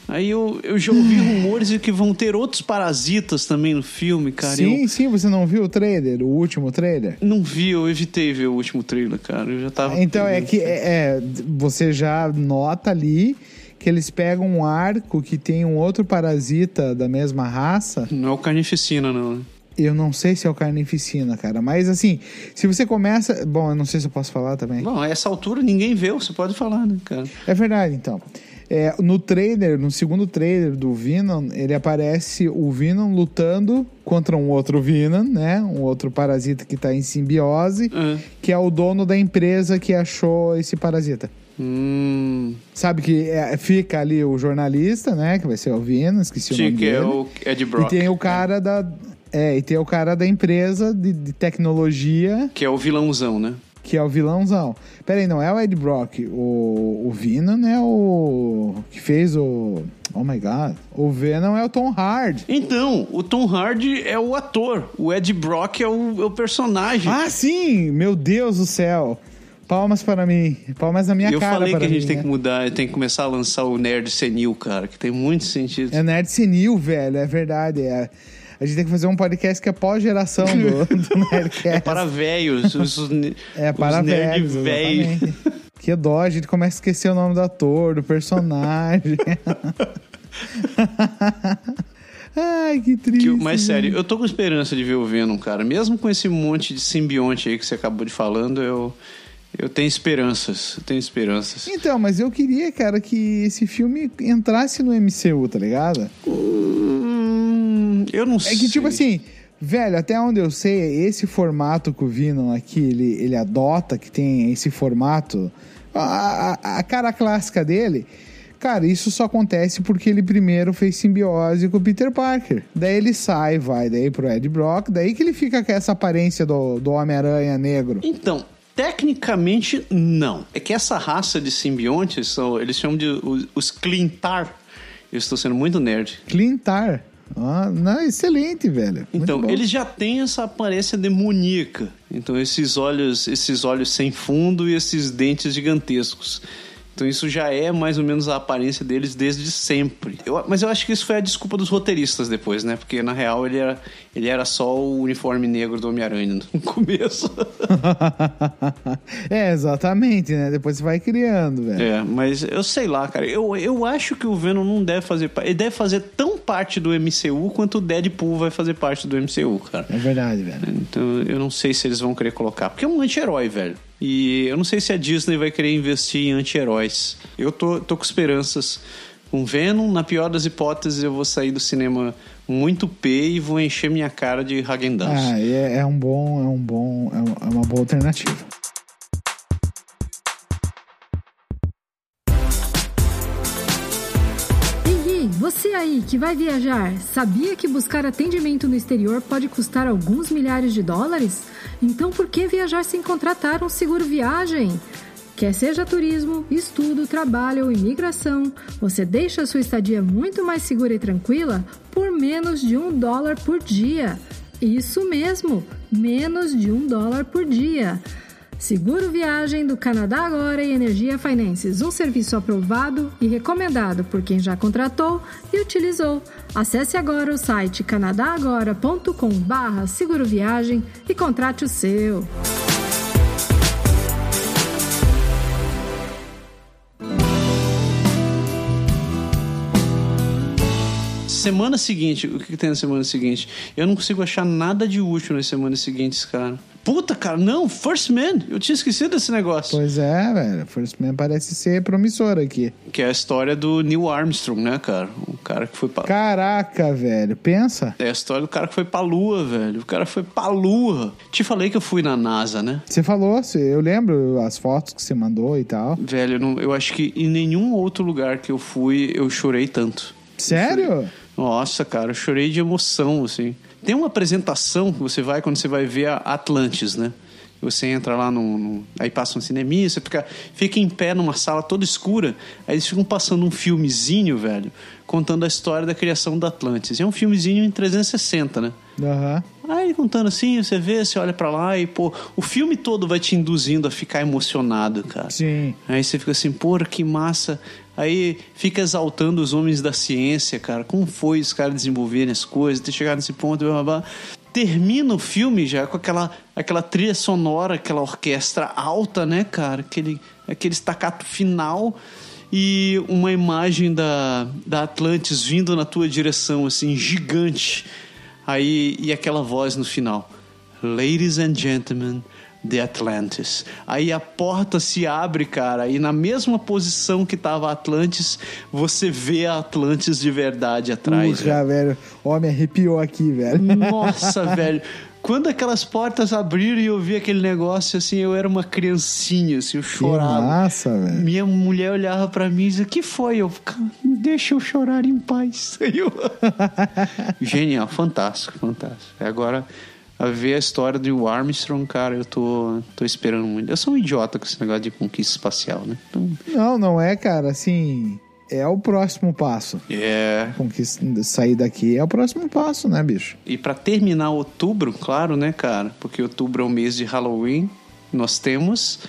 [SPEAKER 2] Aí eu, eu já ouvi rumores de que vão ter outros parasitas também no filme, cara. Eu-
[SPEAKER 3] sim, sim, você não viu o trailer, o último trailer?
[SPEAKER 2] não vi, eu evitei ver o último trailer, cara. Eu já tava.
[SPEAKER 3] Então é que é, é, você já nota ali que eles pegam um arco que tem um outro parasita da mesma raça.
[SPEAKER 2] Não é o Carnificina, não. né?
[SPEAKER 3] Eu não sei se é o carnificina, cara. Mas assim, se você começa. Bom, eu não sei se eu posso falar também.
[SPEAKER 2] Bom, a essa altura ninguém vê, você pode falar, né, cara?
[SPEAKER 3] É verdade, então. É, no trailer, no segundo trailer do Venom, ele aparece o Venom lutando contra um outro Venom, né? Um outro parasita que tá em simbiose, que é o dono da empresa que achou esse parasita.
[SPEAKER 2] Hum.
[SPEAKER 3] Sabe que é, fica ali o jornalista, né? Que vai ser o Venom, esqueci o
[SPEAKER 2] Sim,
[SPEAKER 3] nome
[SPEAKER 2] que
[SPEAKER 3] dele.
[SPEAKER 2] é o Ed
[SPEAKER 3] E
[SPEAKER 2] Brock.
[SPEAKER 3] tem o cara da... É, e tem o cara da empresa de- de tecnologia
[SPEAKER 2] Que é o vilãozão, né?
[SPEAKER 3] que é o vilãozão. Pera aí, não é o Ed Brock. O, o Venom é o. que fez o. Oh my god. O Venom é o Tom Hardy.
[SPEAKER 2] Então, o Tom Hardy é o ator, o Ed Brock é o, é o personagem.
[SPEAKER 3] Ah, sim! Meu Deus do céu! Palmas para mim. Palmas na minha
[SPEAKER 2] E eu
[SPEAKER 3] cara.
[SPEAKER 2] falei que
[SPEAKER 3] para
[SPEAKER 2] a gente
[SPEAKER 3] mim,
[SPEAKER 2] tem
[SPEAKER 3] né?
[SPEAKER 2] que mudar, tem que começar a lançar o Nerd Senil, cara, que tem muito sentido.
[SPEAKER 3] É Nerd Senil, velho. É verdade. é. A gente tem que fazer um podcast que é pós-geração do, do Nerdcast.
[SPEAKER 2] É para velhos. Os, os,
[SPEAKER 3] É,
[SPEAKER 2] os
[SPEAKER 3] para
[SPEAKER 2] nerd
[SPEAKER 3] velhos, exatamente. Que dó, a gente começa a esquecer o nome do ator, do personagem. Ai, que triste.
[SPEAKER 2] Que, mas
[SPEAKER 3] gente.
[SPEAKER 2] sério, eu tô com esperança de ver o Venom, cara. Mesmo com esse monte de simbionte aí que você acabou de falando, eu, eu tenho esperanças. Eu tenho esperanças.
[SPEAKER 3] Então, mas eu queria, cara, que esse filme entrasse no MCU, tá ligado?
[SPEAKER 2] Hum, eu não sei.
[SPEAKER 3] É que, tipo assim, velho, até onde eu sei, esse formato que o Venom aqui, ele, ele adota, que tem esse formato, a, a- a cara clássica dele, cara, isso só acontece porque ele primeiro fez simbiose com o Peter Parker. Daí ele sai, vai daí pro Ed Brock, daí que ele fica com essa aparência do, do Homem-Aranha negro.
[SPEAKER 2] Então, tecnicamente, não. É que essa raça de simbiontes, são, eles chamam de os, os Clintar. Eu estou sendo muito nerd.
[SPEAKER 3] Clintar. Ah, não, excelente, velho. Muito
[SPEAKER 2] Então,
[SPEAKER 3] bom.
[SPEAKER 2] ele já tem essa aparência demoníaca. Então, esses olhos, esses olhos sem fundo e esses dentes gigantescos. Então, isso já é mais ou menos a aparência deles desde sempre. Eu- mas eu acho que isso foi a desculpa dos roteiristas depois, né? Porque, na real, ele era, ele era só o uniforme negro do Homem-Aranha no começo.
[SPEAKER 3] é, exatamente, né? Depois você vai criando, velho.
[SPEAKER 2] É, mas eu sei lá, cara. Eu, eu acho que o Venom não deve fazer parte. Ele deve fazer tão parte do MCU quanto o Deadpool vai fazer parte do MCU, cara.
[SPEAKER 3] É verdade, velho.
[SPEAKER 2] Então eu não sei se eles vão querer colocar. Porque é um anti-herói, velho. E eu não sei se a Disney vai querer investir em anti-heróis. Eu tô, tô com esperanças. Com Venom, na pior das hipóteses, eu vou sair do cinema muito pé e vou encher minha cara de Hagen Dazs.
[SPEAKER 3] Ah, é, é um bom, é um bom, é um- é uma boa alternativa.
[SPEAKER 6] Ei, ei, você aí que vai viajar, sabia que buscar atendimento no exterior pode custar alguns milhares de dólares? Então por que viajar sem contratar um seguro viagem? Quer seja turismo, estudo, trabalho ou imigração, você deixa a sua estadia muito mais segura e tranquila por menos de um dólar por dia. Isso mesmo, menos de um dólar por dia. Seguro Viagem do Canadá Agora e Energia Finances, um serviço aprovado e recomendado por quem já contratou e utilizou. Acesse agora o site canadagora.com/barra Seguro Viagem e contrate o seu.
[SPEAKER 2] Semana seguinte, o que, que tem na semana seguinte? Eu não consigo achar nada de útil nas semanas seguintes, cara. Puta, cara, não, First Man! Eu tinha esquecido desse negócio.
[SPEAKER 3] Pois é, velho. First Man parece ser promissor aqui.
[SPEAKER 2] Que é a história do Neil Armstrong, né, cara? O cara que foi pra.
[SPEAKER 3] Caraca, velho. Pensa.
[SPEAKER 2] É a história do cara que foi pra lua, velho. O cara foi pra lua. Te falei que eu fui na NASA, né?
[SPEAKER 3] Você falou, você- eu lembro as fotos que você mandou e tal.
[SPEAKER 2] Velho, eu, não- eu acho que em nenhum outro lugar que eu fui eu chorei tanto.
[SPEAKER 3] Sério?
[SPEAKER 2] Nossa, cara, eu chorei de emoção, assim. Tem uma apresentação que você vai quando você vai ver a Atlantis, né? Você entra lá no. no- aí passa um cineminha, você fica, fica em pé numa sala toda escura, aí eles ficam passando um filmezinho, velho, contando a história da criação da Atlantis. É um filmezinho em 360, né?
[SPEAKER 3] Aham.
[SPEAKER 2] Aí contando assim, você vê, você olha pra lá e, pô, o filme todo vai te induzindo a ficar emocionado, cara.
[SPEAKER 3] Sim.
[SPEAKER 2] Aí você fica assim, pô, que massa. Aí fica exaltando os homens da ciência, cara. Como foi os caras desenvolverem as coisas, ter chegado nesse ponto, blá, blá, blá. Termina o filme já com aquela, aquela trilha sonora, aquela orquestra alta, né, cara? Aquele, aquele estacato final e uma imagem da, da Atlantis vindo na tua direção, assim, gigante. Aí, e aquela voz no final. Ladies and gentlemen, The Atlantis. Aí a porta se abre, cara, e na mesma posição que tava Atlantis, você vê a Atlantis de verdade atrás.
[SPEAKER 3] Puxa, velho. Ó, me arrepiou aqui, velho.
[SPEAKER 4] Hum,
[SPEAKER 2] Nossa, velho. Quando aquelas portas abriram e eu vi aquele negócio, assim, eu era uma criancinha, assim, eu chorava.
[SPEAKER 3] massa, velho.
[SPEAKER 2] Minha mulher olhava pra mim e dizia, que foi? Eu, "Cara, deixa eu chorar em paz. Aí eu- Genial, fantástico, fantástico. Agora, a ver a história do Armstrong, cara, eu tô, tô esperando muito. Eu sou um idiota com esse negócio de conquista espacial, né? Então,
[SPEAKER 3] Não, não é, cara. Assim, é o próximo passo.
[SPEAKER 2] é...
[SPEAKER 3] Conquista, sair daqui é o próximo passo, né, bicho?
[SPEAKER 2] E pra terminar outubro, claro, né, cara? Porque outubro é o mês de Halloween. Nós temos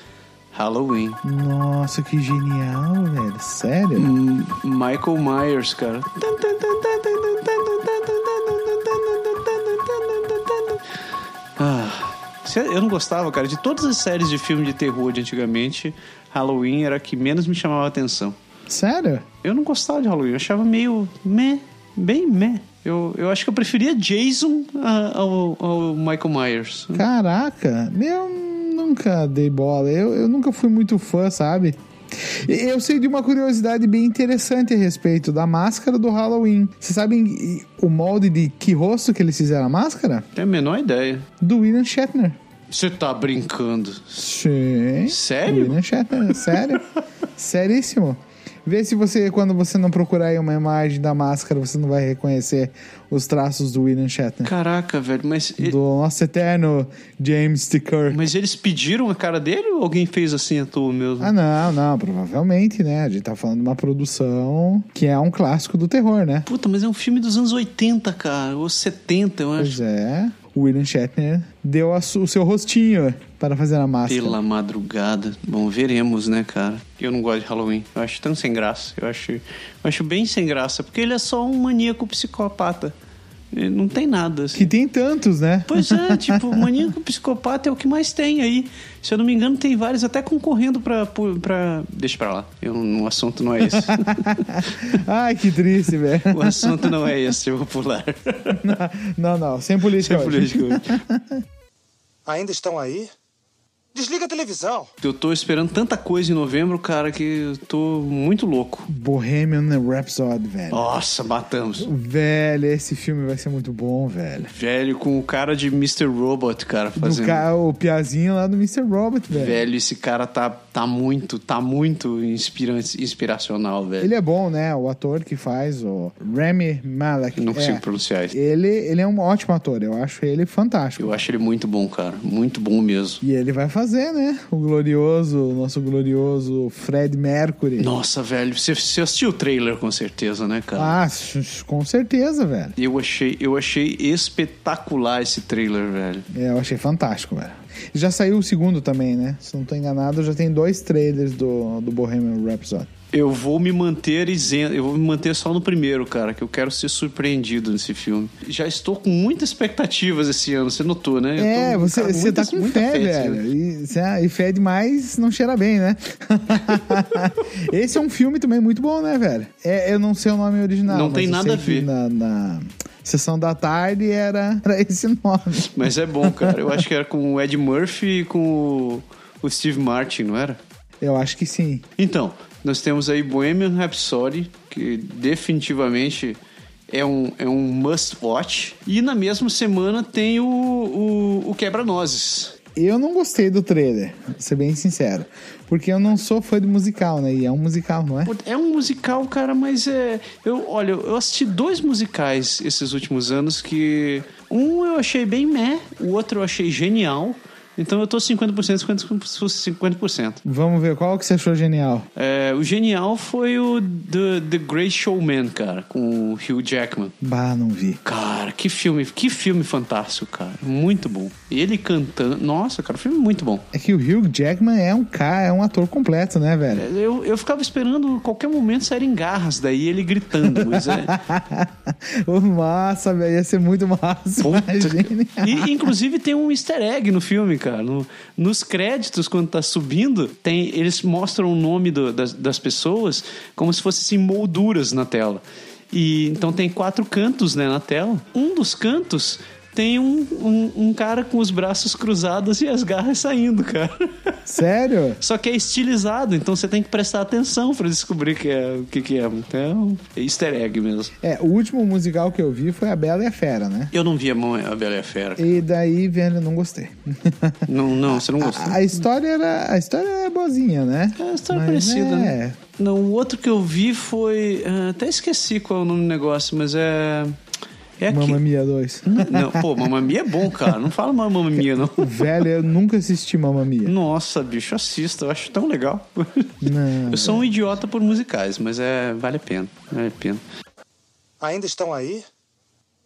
[SPEAKER 2] Halloween.
[SPEAKER 3] Nossa, que genial, velho. Sério?
[SPEAKER 2] Hum, Michael Myers, cara. Ah, se- eu não gostava, cara, de todas as séries de filme de terror de antigamente. Halloween era a que menos me chamava a atenção.
[SPEAKER 3] Sério?
[SPEAKER 2] Eu não gostava de Halloween, eu achava meio meh, bem meh. Eu, eu acho que eu preferia Jason a- ao, ao Michael Myers.
[SPEAKER 3] Caraca, eu nunca dei bola. Eu, eu nunca fui muito fã, sabe? E- Eu sei de uma curiosidade bem interessante a respeito da máscara do Halloween. Vocês sabem e- o molde de que rosto que eles fizeram a máscara?
[SPEAKER 2] Tenho a menor ideia.
[SPEAKER 3] Do William Shatner.
[SPEAKER 2] Você tá brincando.
[SPEAKER 3] Sim.
[SPEAKER 2] Sério?
[SPEAKER 3] William Shatner, sério. Seríssimo. Vê se você, quando você não procurar aí uma imagem da máscara, você não vai reconhecer os traços do William Shatner.
[SPEAKER 2] Caraca, velho, mas. e-
[SPEAKER 3] Do nosso eterno James T. Kirk.
[SPEAKER 2] Mas eles pediram a cara dele ou alguém fez assim à toa mesmo?
[SPEAKER 3] Ah, não, não, provavelmente, né? A gente tá falando de uma produção que é um clássico do terror, né?
[SPEAKER 2] Puta, mas é um filme dos anos 80, cara, ou 70, eu acho.
[SPEAKER 3] Pois é, o William Shatner deu a su- o seu rostinho para fazer a máscara.
[SPEAKER 2] Pela madrugada. Bom, veremos, né, cara? Eu não gosto de Halloween. Eu acho tão sem graça. Eu acho, eu acho bem sem graça, porque ele é só um maníaco psicopata. Ele não tem nada, assim.
[SPEAKER 3] Que tem tantos, né?
[SPEAKER 2] Pois é, tipo, maníaco psicopata é o que mais tem aí. Se eu não me engano, tem vários até concorrendo pra. pra... Deixa pra lá. Eu, não- o assunto não é esse. é.
[SPEAKER 3] Ai, que triste, velho.
[SPEAKER 2] o assunto não é esse, eu vou pular.
[SPEAKER 3] Não, não, sem política
[SPEAKER 2] Sem
[SPEAKER 3] hoje.
[SPEAKER 2] política hoje.
[SPEAKER 5] Ainda estão aí? Desliga a televisão.
[SPEAKER 2] Eu tô esperando tanta coisa em novembro, cara, que eu tô muito louco.
[SPEAKER 3] Bohemian Rhapsody, velho.
[SPEAKER 2] Nossa, matamos.
[SPEAKER 3] Velho, esse filme vai ser muito bom, velho.
[SPEAKER 2] Velho com o cara de Mr. Robot, cara,
[SPEAKER 3] Do
[SPEAKER 2] fazendo.
[SPEAKER 3] ca... O Piazinho lá do Mr. Robot, velho.
[SPEAKER 2] Velho, esse cara tá, tá muito, tá muito inspirante, inspiracional, velho.
[SPEAKER 3] Ele é bom, né? O ator que faz, o Remy Malek.
[SPEAKER 2] Não consigo
[SPEAKER 3] é.
[SPEAKER 2] pronunciar isso.
[SPEAKER 3] Ele, ele é um ótimo ator, eu acho ele fantástico.
[SPEAKER 2] Eu acho ele muito bom, cara. Muito bom mesmo.
[SPEAKER 3] E ele vai fazer, né? O glorioso, o nosso glorioso Fred Mercury.
[SPEAKER 2] Nossa, velho, você, você assistiu o trailer com certeza, né, cara?
[SPEAKER 3] Ah, s- s- com certeza, velho.
[SPEAKER 2] Eu achei, eu achei espetacular esse trailer, velho.
[SPEAKER 3] É, eu achei fantástico, velho. Já saiu o segundo também, né? Se não tô enganado, já tem dois trailers do, do Bohemian Rhapsody.
[SPEAKER 2] Eu vou me manter isento, eu vou me manter só no primeiro, cara, que eu quero ser surpreendido nesse filme. Já estou com muitas expectativas esse ano, você notou, né? Eu
[SPEAKER 3] É,
[SPEAKER 2] tô-
[SPEAKER 3] você,
[SPEAKER 2] cara,
[SPEAKER 3] você
[SPEAKER 2] muitas-
[SPEAKER 3] tá com
[SPEAKER 2] muita
[SPEAKER 3] fé,
[SPEAKER 2] assim.
[SPEAKER 3] velho. E, cê- ah, e fé demais não cheira bem, né? Esse é um filme também muito bom, né, velho? É, eu não sei o nome original.
[SPEAKER 2] Não
[SPEAKER 3] mas
[SPEAKER 2] tem
[SPEAKER 3] eu
[SPEAKER 2] nada a
[SPEAKER 3] sei
[SPEAKER 2] ver.
[SPEAKER 3] que Na, na sessão da tarde era, era esse nome.
[SPEAKER 2] Mas é bom, cara. Eu acho que era com o Ed Murphy e com o, o Steve Martin, não era?
[SPEAKER 3] Eu acho que sim.
[SPEAKER 2] Então, nós temos aí Bohemian Rhapsody, que definitivamente é um, é um must watch. E na mesma semana tem o, o, o Quebra-Nozes.
[SPEAKER 3] Eu não gostei do trailer, pra ser bem sincero. Porque eu não sou fã de musical, né? E é um musical, não é?
[SPEAKER 2] Puta, É um musical, cara, mas é. Eu, olha, eu assisti dois musicais esses últimos anos que. Um eu achei bem meh, o outro eu achei genial. Então eu tô 50%, 50%. 50%.
[SPEAKER 3] Vamos ver qual que você achou genial.
[SPEAKER 2] É, o genial foi o The, The Great Showman, cara, com o Hugh Jackman.
[SPEAKER 3] Bah, não vi.
[SPEAKER 2] Cara, que filme, que filme fantástico, cara. Muito bom. Ele cantando. Nossa, cara, filme muito bom.
[SPEAKER 3] É que o Hugh Jackman é um cara, é um ator completo, né, velho?
[SPEAKER 2] É, Eu, eu ficava esperando qualquer momento sair em garras daí ele gritando, mas é.
[SPEAKER 3] Ô, massa, velho. Ia ser muito massa.
[SPEAKER 2] Puta
[SPEAKER 3] Imagine.
[SPEAKER 2] que- E, inclusive, tem um easter egg no filme, cara. No- nos créditos, quando tá subindo, tem, eles mostram o nome do- das, das pessoas como se fossem assim, molduras na tela. E então tem quatro cantos né, na tela. Um dos cantos. tem tem um, um, um cara com os braços cruzados e as garras saindo, cara.
[SPEAKER 3] Sério?
[SPEAKER 2] Só que é estilizado, então você tem que prestar atenção pra descobrir que é, o que, que é. Então, é easter egg mesmo.
[SPEAKER 3] É, o último musical que eu vi foi A Bela e a Fera, né?
[SPEAKER 2] Eu não vi a, mão, a Bela e a Fera. cara.
[SPEAKER 3] E daí, velho, eu não gostei.
[SPEAKER 2] Não, não, você não gostou.
[SPEAKER 3] A, a história era. A história é boazinha, né?
[SPEAKER 2] É uma história
[SPEAKER 3] Mas,
[SPEAKER 2] parecida,
[SPEAKER 3] é,
[SPEAKER 2] né? Não, o outro que eu vi foi. ah, até esqueci qual é o nome do negócio, mas é. É aqui.
[SPEAKER 3] Mamma Mia 2.
[SPEAKER 2] Não, pô, Mamma Mia é bom, cara. Não fala mais Mamma Mia, não.
[SPEAKER 3] Velho, eu nunca assisti Mamma Mia.
[SPEAKER 2] Nossa, bicho, assista. Eu acho tão legal.
[SPEAKER 3] Não,
[SPEAKER 2] eu sou um idiota por musicais, mas é. Vale a pena. Vale a pena.
[SPEAKER 5] Ainda estão aí?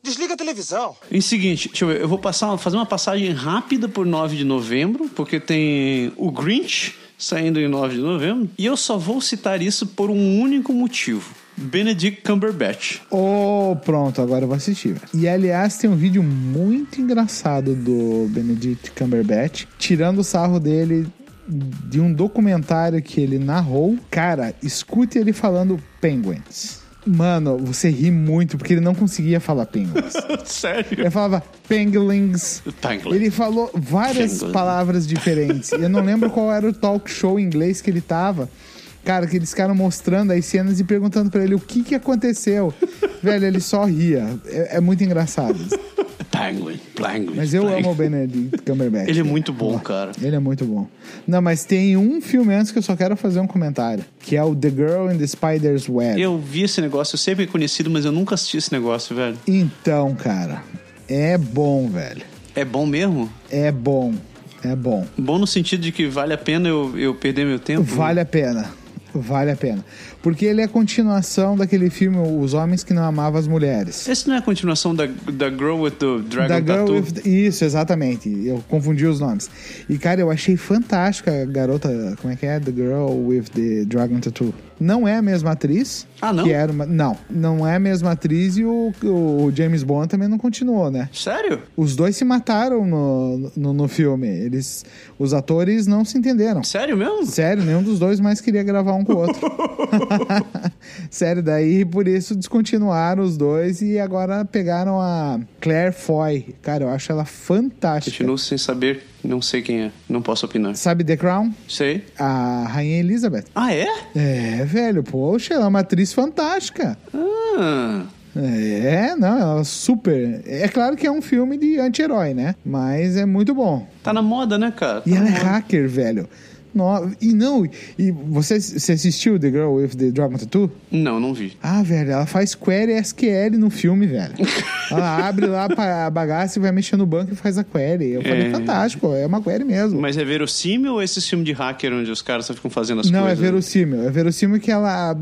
[SPEAKER 5] Desliga a televisão.
[SPEAKER 2] E seguinte, deixa eu ver, eu vou passar, fazer uma passagem rápida por 9 de novembro, porque tem o Grinch saindo em 9 de novembro, e eu só vou citar isso por um único motivo. Benedict Cumberbatch.
[SPEAKER 3] Oh, pronto, agora eu vou assistir. velho. E aliás, tem um vídeo muito engraçado do Benedict Cumberbatch, tirando o sarro dele de um documentário que ele narrou. Cara, escute ele falando penguins. Mano, você ri muito porque ele não conseguia falar penguins.
[SPEAKER 2] Sério?
[SPEAKER 3] Ele falava penguins.
[SPEAKER 2] Penguins.
[SPEAKER 3] Ele falou várias
[SPEAKER 2] Penguins.
[SPEAKER 3] palavras diferentes. Eu não lembro qual era o talk show em inglês que ele tava. Cara, que eles ficaram mostrando as cenas e perguntando pra ele o que que aconteceu. Velho, ele só ria. É, é muito engraçado.
[SPEAKER 2] Penguin, Penguin.
[SPEAKER 3] Mas eu
[SPEAKER 2] Penguin.
[SPEAKER 3] amo o Benedict Cumberbatch.
[SPEAKER 2] Ele é
[SPEAKER 3] né?
[SPEAKER 2] muito bom,
[SPEAKER 3] Ó,
[SPEAKER 2] cara.
[SPEAKER 3] Ele é muito bom. Não, mas tem um filme antes que eu só quero fazer um comentário. Que é o The Girl in the Spider's Web.
[SPEAKER 2] Eu vi esse negócio, eu sei que é conhecido, mas eu nunca assisti esse negócio, velho.
[SPEAKER 3] Então, cara, é bom, velho.
[SPEAKER 2] É bom mesmo?
[SPEAKER 3] É bom. É bom.
[SPEAKER 2] Bom no sentido de que vale a pena eu, eu perder meu tempo?
[SPEAKER 3] Vale a pena. Vale a pena. Porque ele é a continuação daquele filme Os Homens que Não Amavam as Mulheres.
[SPEAKER 2] Esse não é a continuação da, da Girl with the Dragon Tattoo?
[SPEAKER 3] with- Isso, exatamente. Eu confundi os nomes. E, cara, eu achei fantástica a garota. Como é que é? The Girl with the Dragon Tattoo. Não é a mesma atriz.
[SPEAKER 2] Ah, não?
[SPEAKER 3] Que era uma- Não, não é a mesma atriz e o, o James Bond também não continuou, né?
[SPEAKER 2] Sério?
[SPEAKER 3] Os dois se mataram no, no, no filme. Eles, os atores não se entenderam.
[SPEAKER 2] Sério mesmo?
[SPEAKER 3] Sério, nenhum dos dois mais queria gravar um com o outro. Sério, daí por isso descontinuaram os dois e agora pegaram a Claire Foy. Cara, eu acho ela fantástica.
[SPEAKER 2] Continuo sem saber, não sei quem é, não posso opinar.
[SPEAKER 3] Sabe The Crown?
[SPEAKER 2] Sei.
[SPEAKER 3] A Rainha Elizabeth.
[SPEAKER 2] Ah, é?
[SPEAKER 3] É, velho, poxa, ela é uma atriz fantástica.
[SPEAKER 2] Ah,
[SPEAKER 3] É, não, ela é super. É claro que é um filme de anti-herói, né? Mas é muito bom.
[SPEAKER 2] tá na moda, né, cara?
[SPEAKER 3] E ela é hacker, velho. No, e não, e você, você assistiu The Girl with the Dragon Tattoo?
[SPEAKER 2] Não, não vi.
[SPEAKER 3] Ah, velho, ela faz query SQL no filme, velho. ela abre lá pra- a bagaça e vai mexendo no banco e faz a query. Eu falei,
[SPEAKER 2] É.
[SPEAKER 3] fantástico, é uma query mesmo.
[SPEAKER 2] Mas é verossímil ou esse filme de hacker onde os caras só ficam fazendo as
[SPEAKER 3] Não, é
[SPEAKER 2] coisas? né?
[SPEAKER 3] verossímil. É verossímil que ela.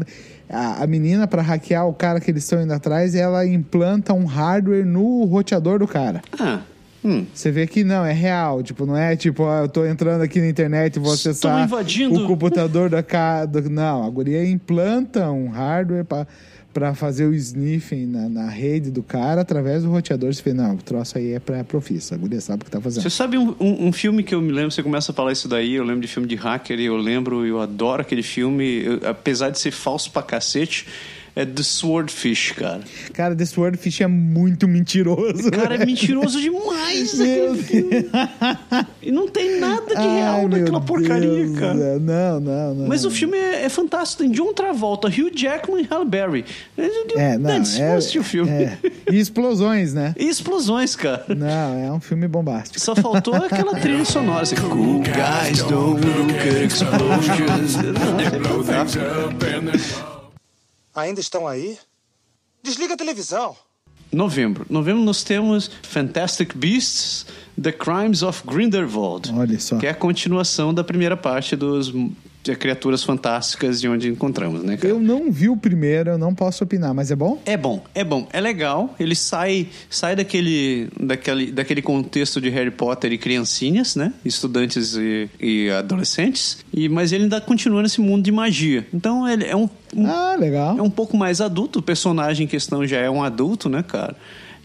[SPEAKER 3] A, a menina, pra hackear o cara que eles estão indo atrás, ela implanta um hardware no roteador do cara.
[SPEAKER 2] Ah, hum.
[SPEAKER 3] Você vê que não, é real. Tipo, não é tipo, ó, eu tô entrando aqui na internet e vou
[SPEAKER 2] Estou
[SPEAKER 3] acessar
[SPEAKER 2] invadindo.
[SPEAKER 3] o computador da casa. Não, a guria implanta um hardware pra, pra fazer o sniffing na, na rede do cara através do roteador. Você vê, não, o troço aí é pra profissa. A guria sabe o que tá fazendo.
[SPEAKER 2] Você sabe um, um- um filme que eu me lembro, você começa a falar isso daí, eu lembro de filme de hacker e eu lembro, eu adoro aquele filme, eu- apesar de ser falso pra cacete, é The Swordfish, cara.
[SPEAKER 3] Cara, The Swordfish é muito mentiroso.
[SPEAKER 2] O cara é mentiroso demais
[SPEAKER 3] Meu
[SPEAKER 2] aquele filme. E não tem nada de
[SPEAKER 3] Ai,
[SPEAKER 2] real
[SPEAKER 3] meu
[SPEAKER 2] naquela porcaria,
[SPEAKER 3] Deus,
[SPEAKER 2] cara.
[SPEAKER 3] é, Não, não, não.
[SPEAKER 2] Mas o filme é, é fantástico. Tem John Travolta, Hugh Jackman e Halle Berry.
[SPEAKER 3] É, não,
[SPEAKER 2] Antes,
[SPEAKER 3] é,
[SPEAKER 2] vou assistir o filme.
[SPEAKER 3] é. E explosões, né?
[SPEAKER 2] E explosões, cara.
[SPEAKER 3] Não, é um filme bombástico.
[SPEAKER 2] Só faltou aquela trilha sonora. Assim, cool guys don't look at explosions. é
[SPEAKER 5] Ainda estão aí? Desliga a televisão.
[SPEAKER 2] Novembro. Novembro nós temos Fantastic Beasts, The Crimes of Grindelwald.
[SPEAKER 3] Olha só.
[SPEAKER 2] Que é a continuação da primeira parte dos de Criaturas Fantásticas de onde encontramos, né, cara?
[SPEAKER 3] Eu não vi o primeiro, eu não posso opinar, mas é bom?
[SPEAKER 2] É bom, é bom, é legal. Ele sai, sai daquele, daquele, daquele contexto de Harry Potter e criancinhas, né? Estudantes e, e adolescentes. E, mas ele ainda continua nesse mundo de magia. Então ele é um, um-
[SPEAKER 3] Ah, legal.
[SPEAKER 2] é um pouco mais adulto. O personagem em questão já é um adulto, né, cara?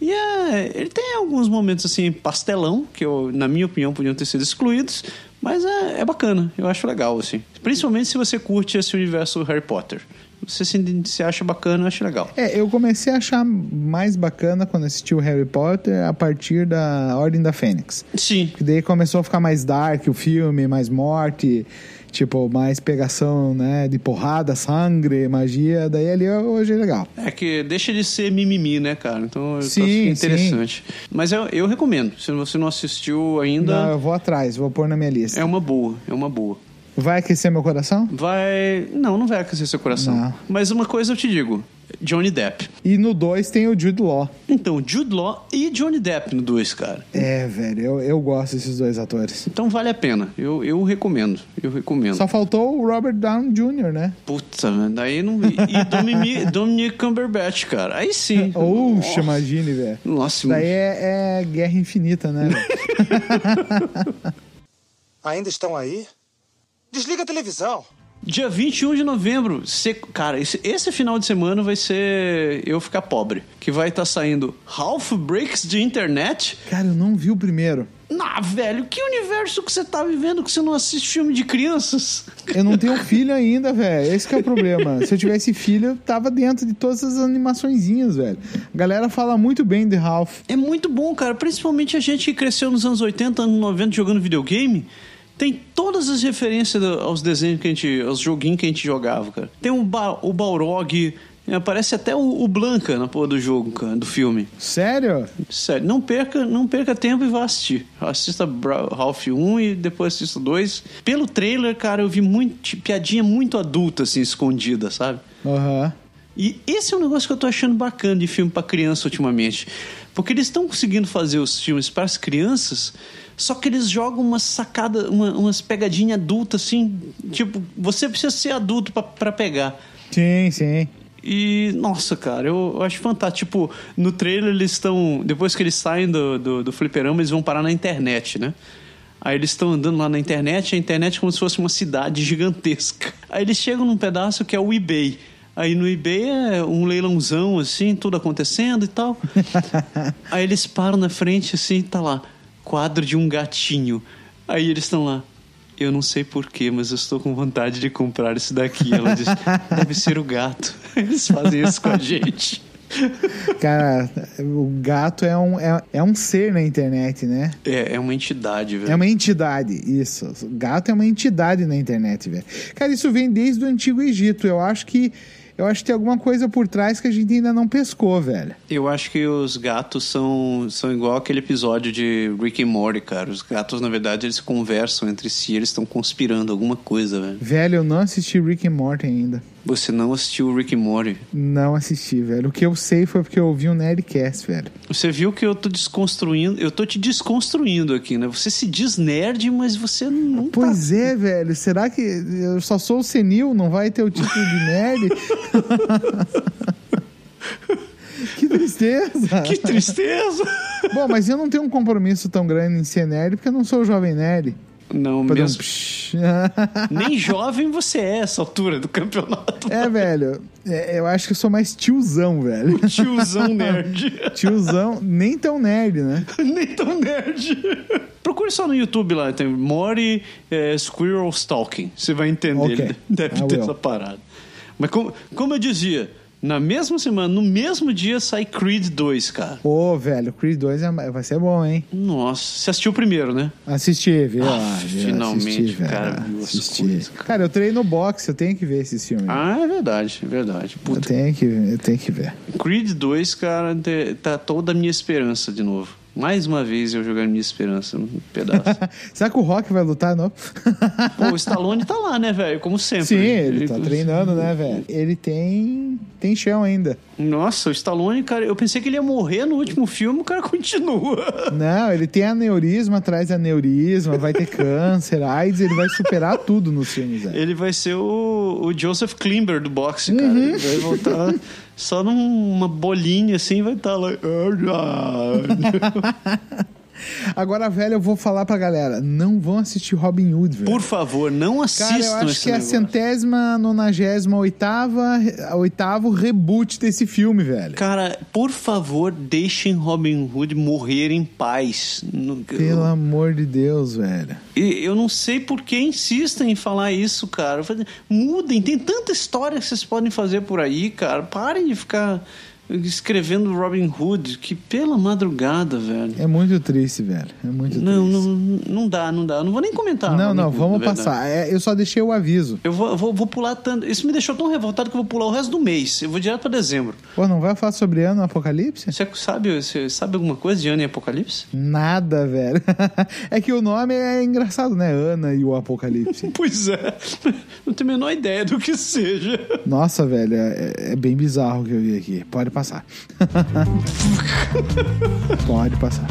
[SPEAKER 2] E é, ele tem alguns momentos assim, pastelão, que eu, na minha opinião podiam ter sido excluídos. Mas é, é bacana, eu acho legal, assim. Principalmente se você curte esse universo Harry Potter. Você se, se acha bacana, eu acho legal.
[SPEAKER 3] É, eu comecei a achar mais bacana quando assisti o Harry Potter a partir da Ordem da Fênix.
[SPEAKER 2] Sim.
[SPEAKER 3] Que daí começou a ficar mais dark o filme, mais morte, tipo, mais pegação, né? De porrada, sangue, magia. Daí ali hoje é legal.
[SPEAKER 2] É que deixa de ser mimimi, né, cara? Então
[SPEAKER 3] Sim,
[SPEAKER 2] é interessante. Mas eu, eu recomendo. Se você não assistiu ainda,
[SPEAKER 3] Não, eu vou atrás, vou pôr na minha lista.
[SPEAKER 2] é uma boa. É uma boa.
[SPEAKER 3] Vai aquecer meu coração?
[SPEAKER 2] Vai. Não, não vai aquecer seu coração.
[SPEAKER 3] Não.
[SPEAKER 2] Mas uma coisa eu te digo: Johnny Depp.
[SPEAKER 3] E no 2 tem o Jude Law.
[SPEAKER 2] Então, Jude Law e Johnny Depp no 2, cara.
[SPEAKER 3] É, velho, eu, eu gosto desses dois atores.
[SPEAKER 2] Então vale a pena. Eu, eu recomendo. Eu recomendo.
[SPEAKER 3] Só faltou o Robert Downey Jr., né?
[SPEAKER 2] Puta, mano, daí não. E e Domini- Dominic Cumberbatch, cara. Aí sim.
[SPEAKER 3] Oxe,
[SPEAKER 2] Nossa.
[SPEAKER 3] imagine, velho.
[SPEAKER 2] Nossa,
[SPEAKER 3] Daí é, é guerra infinita, né? velho?
[SPEAKER 5] Ainda estão aí? Desliga a televisão.
[SPEAKER 2] Dia 21 de novembro. se- Cara, esse, esse final de semana vai ser eu ficar pobre. Que vai estar saindo Half Breaks de internet.
[SPEAKER 3] Cara, eu não vi o primeiro.
[SPEAKER 2] Ah, velho, que universo que você tá vivendo que você não assiste filme de crianças?
[SPEAKER 3] Eu não tenho filho ainda, velho. Esse que é o problema. Se eu tivesse filho, eu tava dentro de todas as animaçõezinhas, velho. A galera fala muito bem de Ralph.
[SPEAKER 2] É muito bom, cara. Principalmente a gente que cresceu nos anos 80, anos 90 jogando videogame. Tem todas as referências do- aos desenhos que a gente. aos joguinhos que a gente jogava, cara. Tem o, ba o Balrog. né, Aparece até o, o Blanca na porra do jogo, cara, do filme.
[SPEAKER 3] Sério?
[SPEAKER 2] Sério, não perca, não perca tempo e vá assistir. Assista Bra- Ralph 1 e depois assista o 2. Pelo trailer, cara, eu vi muito, piadinha muito adulta, assim, escondida, sabe?
[SPEAKER 3] Aham.
[SPEAKER 2] E esse é um negócio que eu tô achando bacana de filme pra criança ultimamente. Porque eles estão conseguindo fazer os filmes para as crianças, só que eles jogam umas sacadas, uma, umas pegadinhas adultas, assim. Tipo, você precisa ser adulto pra- pra pegar.
[SPEAKER 3] Sim, sim.
[SPEAKER 2] E, nossa, cara, eu, eu acho fantástico. Tipo, no trailer eles estão. Depois que eles saem do, do, do fliperama, eles vão parar na internet, né? Aí eles estão andando lá na internet, a internet é como se fosse uma cidade gigantesca. Aí eles chegam num pedaço que é o eBay. Aí no eBay é um leilãozão, assim, tudo acontecendo e tal. Aí eles param na frente, assim, tá lá, quadro de um gatinho. Aí eles estão lá. Eu não sei porquê, mas eu estou com vontade de comprar isso daqui. Ela diz, deve ser o gato. Eles fazem isso com a gente.
[SPEAKER 3] Cara, o gato é um, é, é um ser na internet, né?
[SPEAKER 2] É, é uma entidade, velho.
[SPEAKER 3] É uma entidade, isso. Gato é uma entidade na internet, velho. Cara, isso vem desde o Antigo Egito. Eu acho que. Eu acho que tem alguma coisa por trás que a gente ainda não pescou, velho.
[SPEAKER 2] Eu acho que os gatos são, são igual aquele episódio de Rick and Morty, cara. Os gatos, na verdade, eles conversam entre si, eles estão conspirando alguma coisa, velho.
[SPEAKER 3] Velho, eu não assisti Rick and Morty ainda.
[SPEAKER 2] Você não assistiu Rick and Morty.
[SPEAKER 3] Não assisti, velho. O que eu sei foi porque eu ouvi um Nerdcast, velho.
[SPEAKER 2] Você viu que eu tô desconstruindo, eu tô te desconstruindo aqui, né? Você se diz nerd, mas você não tá
[SPEAKER 3] Pois é, velho. Será que eu só sou o senil? Não vai ter o título de nerd? que tristeza.
[SPEAKER 2] Que tristeza!
[SPEAKER 3] Bom, mas eu não tenho um compromisso tão grande em ser nerd porque eu não sou o jovem nerd.
[SPEAKER 2] Não,
[SPEAKER 3] Pra dar um
[SPEAKER 2] mesmo.
[SPEAKER 3] psh.
[SPEAKER 2] Nem jovem você é essa altura do campeonato.
[SPEAKER 3] é, velho. É, eu acho que eu sou mais tiozão, velho.
[SPEAKER 2] Tiozão nerd.
[SPEAKER 3] Tiozão, nem tão nerd, né?
[SPEAKER 2] Nem tão nerd. Procure só no YouTube lá, tem Mori é, Squirrel Stalking. Você vai entender.
[SPEAKER 3] Ok.
[SPEAKER 2] Ele deve
[SPEAKER 3] I
[SPEAKER 2] ter
[SPEAKER 3] will.
[SPEAKER 2] essa parada. Mas como, como eu dizia, na mesma semana, no mesmo dia, sai Creed 2, cara.
[SPEAKER 3] Ô, velho, Creed 2 é- vai ser bom, hein?
[SPEAKER 2] Nossa, você assistiu o primeiro, né?
[SPEAKER 3] Assisti, viu?
[SPEAKER 2] Ah,
[SPEAKER 3] Ah, viu?
[SPEAKER 2] finalmente
[SPEAKER 3] Assisti,
[SPEAKER 2] o cara
[SPEAKER 3] velho.
[SPEAKER 2] viu as
[SPEAKER 3] Assisti.
[SPEAKER 2] coisas, cara.
[SPEAKER 3] Cara. eu treino boxe, eu tenho que ver esses filmes.
[SPEAKER 2] Ah, é verdade, é verdade.
[SPEAKER 3] eu,
[SPEAKER 2] Puta,
[SPEAKER 3] tenho que, eu tenho que ver.
[SPEAKER 2] Creed 2, cara, te- tá toda a minha esperança de novo. Mais uma vez eu jogando minha esperança num pedaço.
[SPEAKER 3] Será que o Rock vai lutar, não?
[SPEAKER 2] Pô, o Stallone tá lá, né, velho? Como sempre.
[SPEAKER 3] Sim, ele tá treinando, né, velho? Ele tem. tem chão ainda.
[SPEAKER 2] Nossa, o Stallone, cara, eu pensei que ele ia morrer no último filme, o cara continua.
[SPEAKER 3] Não, ele tem aneurisma atrás de aneurisma, vai ter câncer, AIDS, ele vai superar tudo nos filmes, velho.
[SPEAKER 2] Ele vai ser o, o Joseph Klimber do boxe, cara.
[SPEAKER 3] Uhum.
[SPEAKER 2] Ele vai voltar tá só numa bolinha assim, vai estar lá.
[SPEAKER 3] Agora, velho, eu vou falar pra galera: não vão assistir Robin Hood, velho.
[SPEAKER 2] Por favor, não assistam
[SPEAKER 3] Cara, eu acho
[SPEAKER 2] esse
[SPEAKER 3] que é a
[SPEAKER 2] negócio.
[SPEAKER 3] centésima, nonagésima, oitava, a oitavo reboot desse filme, velho.
[SPEAKER 2] Cara, por favor, deixem Robin Hood morrer em paz. Não-
[SPEAKER 3] Pelo amor de Deus, velho.
[SPEAKER 2] E Eu não sei por que insistem em falar isso, cara. Eu falei, Mudem, tem tanta história que vocês podem fazer por aí, cara. Parem de ficar escrevendo Robin Hood, que pela madrugada, velho.
[SPEAKER 3] É muito triste, velho. É muito
[SPEAKER 2] Não, não,
[SPEAKER 3] triste.
[SPEAKER 2] não dá, não dá. Eu Não vou nem comentar.
[SPEAKER 3] Não,
[SPEAKER 2] Robin
[SPEAKER 3] não,
[SPEAKER 2] Hood,
[SPEAKER 3] vamos
[SPEAKER 2] na verdade.
[SPEAKER 3] passar. É, eu só deixei o aviso.
[SPEAKER 2] Eu vou, eu vou, vou pular tanto. Isso me deixou tão revoltado que eu vou pular o resto do mês. Eu vou direto pra dezembro.
[SPEAKER 3] Pô, não vai falar sobre ano Apocalipse?
[SPEAKER 2] Você sabe, você sabe alguma coisa de Ana e Apocalipse?
[SPEAKER 3] Nada, velho. é que o nome é engraçado, né? Ana e o Apocalipse.
[SPEAKER 2] Pois é. Não tenho a menor ideia do que seja.
[SPEAKER 3] Nossa, velho, é, é bem bizarro o que eu vi aqui. Pode passar. Pode passar.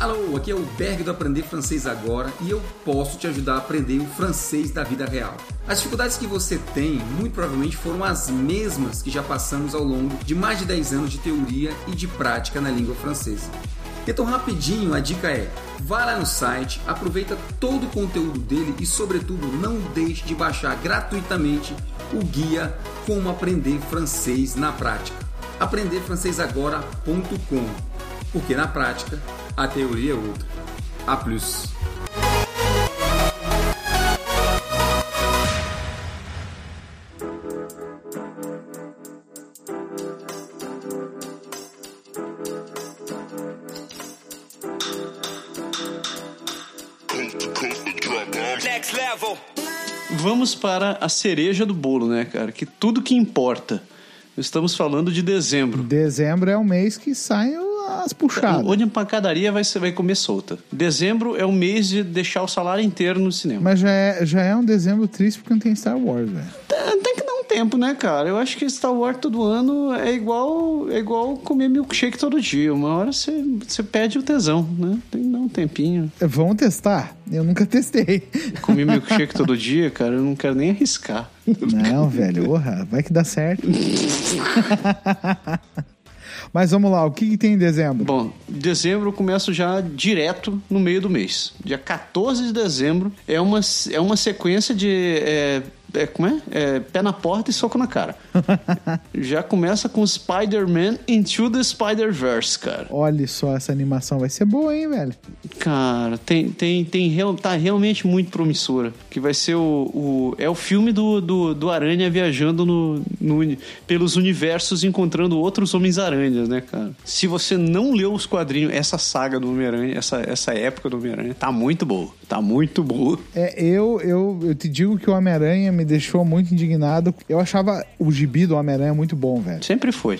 [SPEAKER 7] Alô, aqui é o Berg do Aprender Francês Agora e eu posso te ajudar a aprender o francês da vida real. As dificuldades que você tem, muito provavelmente, foram as mesmas que já passamos ao longo de mais de 10 anos de teoria e de prática na língua francesa. Então, rapidinho, a dica é: vá lá no site, aproveita todo o conteúdo dele e, sobretudo, não deixe de baixar gratuitamente o guia Como Aprender Francês na Prática. aprenderfrancesagora.com porque na prática, a teoria é outra. A plus.
[SPEAKER 2] Vamos para a cereja do bolo, né, cara? Que tudo que importa. Estamos falando de dezembro.
[SPEAKER 3] Dezembro é o mês que saem as puxadas.
[SPEAKER 2] Onde a pancadaria vai, ser- vai comer solta. Dezembro é o mês de deixar o salário inteiro no cinema.
[SPEAKER 3] Mas já é, já é um dezembro triste porque não tem Star Wars, né? velho.
[SPEAKER 2] Tem, tem que dar um tempo, né, cara? Eu acho que Star Wars todo ano é igual é igual comer milkshake todo dia. Uma hora você, você perde o tesão, né? Tem que dar um tempinho.
[SPEAKER 3] É, Vamos testar? Eu nunca testei.
[SPEAKER 2] Comer milkshake todo dia, cara, eu não quero nem arriscar.
[SPEAKER 3] Não, velho, orra, vai que dá certo. Mas vamos lá, o que, que tem em dezembro?
[SPEAKER 2] Bom, dezembro eu começo já direto no meio do mês. Dia 14 de dezembro é uma, é uma sequência de. é, é, como é? É, Pé na porta e soco na cara. já começa com Spider-Man Into the Spider-Verse, cara.
[SPEAKER 3] Olha só, essa animação vai ser boa, hein, velho?
[SPEAKER 2] Cara, tem, tem, tem real- tá realmente muito promissora. Que vai ser o. o- é o filme do, do, do Aranha viajando no, no uni- pelos universos encontrando outros Homens-Aranhas, né, cara? Se você não leu os quadrinhos, essa saga do Homem-Aranha, essa, essa época do Homem-Aranha, tá muito boa. Tá muito boa.
[SPEAKER 3] É, eu, eu, eu te digo que o Homem-Aranha me deixou muito indignado. Eu achava o gibi do Homem-Aranha muito bom, velho.
[SPEAKER 2] Sempre foi.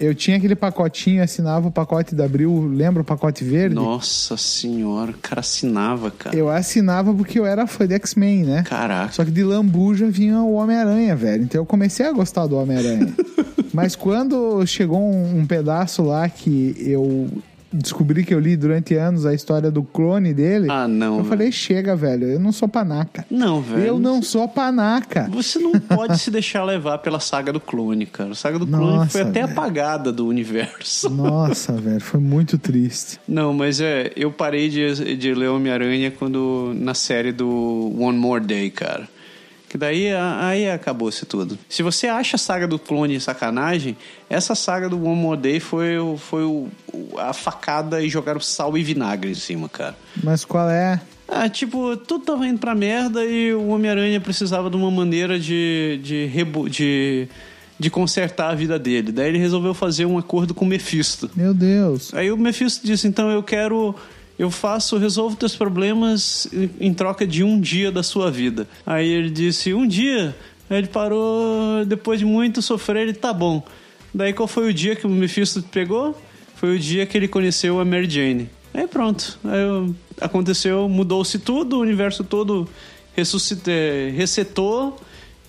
[SPEAKER 3] Eu tinha aquele pacotinho, assinava o pacote da Abril, lembra o pacote verde?
[SPEAKER 2] Nossa senhora, o cara assinava, cara.
[SPEAKER 3] Eu assinava porque eu era fã de X-Men, né?
[SPEAKER 2] Caraca.
[SPEAKER 3] Só que de lambuja vinha o Homem-Aranha, velho. Então eu comecei a gostar do Homem-Aranha. Mas quando chegou um, um pedaço lá que eu descobri que eu li durante anos a história do clone dele,
[SPEAKER 2] Ah, não,
[SPEAKER 3] eu
[SPEAKER 2] velho.
[SPEAKER 3] falei, chega, velho, eu não sou panaca.
[SPEAKER 2] Não, velho.
[SPEAKER 3] Eu não sou panaca.
[SPEAKER 2] Você não pode se deixar levar pela saga do clone, cara. A saga do clone
[SPEAKER 3] Nossa, né?
[SPEAKER 2] foi até
[SPEAKER 3] velho.
[SPEAKER 2] apagada do universo.
[SPEAKER 3] Nossa, velho, foi muito triste.
[SPEAKER 2] Não, mas é, eu parei de, de ler Homem-Aranha quando na série do One More Day, cara. Que daí a- aí acabou-se tudo. Se você acha a saga do clone sacanagem, essa saga do One More Day foi, o- foi o- o- a facada e jogaram sal e vinagre em cima, cara.
[SPEAKER 3] Mas qual é?
[SPEAKER 2] Ah, tipo, tudo tava indo pra merda e o Homem-Aranha precisava de uma maneira de, de, rebo- de, de consertar a vida dele. Daí ele resolveu fazer um acordo com o Mephisto.
[SPEAKER 3] Meu Deus.
[SPEAKER 2] Aí o Mephisto disse: então eu quero. Eu faço, resolvo teus problemas em- em troca de um dia da sua vida. Aí ele disse: um dia. Aí ele parou, depois de muito sofrer, ele tá bom. Daí qual foi o dia que o Mephisto pegou? Foi o dia que ele conheceu a Mary Jane. Aí pronto. Aí eu- aconteceu, mudou-se tudo, o universo todo ressuscitou, é, resetou.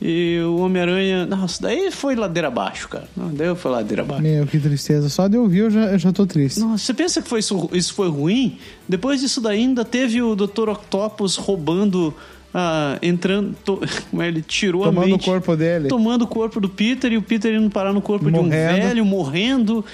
[SPEAKER 2] E o Homem-Aranha. Nossa, daí foi ladeira abaixo, cara. Não, daí foi ladeira abaixo.
[SPEAKER 3] Meu, que tristeza. Só de ouvir eu já, eu já tô triste.
[SPEAKER 2] Nossa, você pensa que foi isso, isso foi ruim? Depois disso daí ainda teve o Dr. Octopus roubando. ah, entrando. to- como é? Ele tirou a
[SPEAKER 3] Tomando
[SPEAKER 2] mente.
[SPEAKER 3] o corpo dele.
[SPEAKER 2] Tomando o corpo do Peter e o Peter indo parar no corpo de um
[SPEAKER 3] Morrendo.
[SPEAKER 2] velho, morrendo,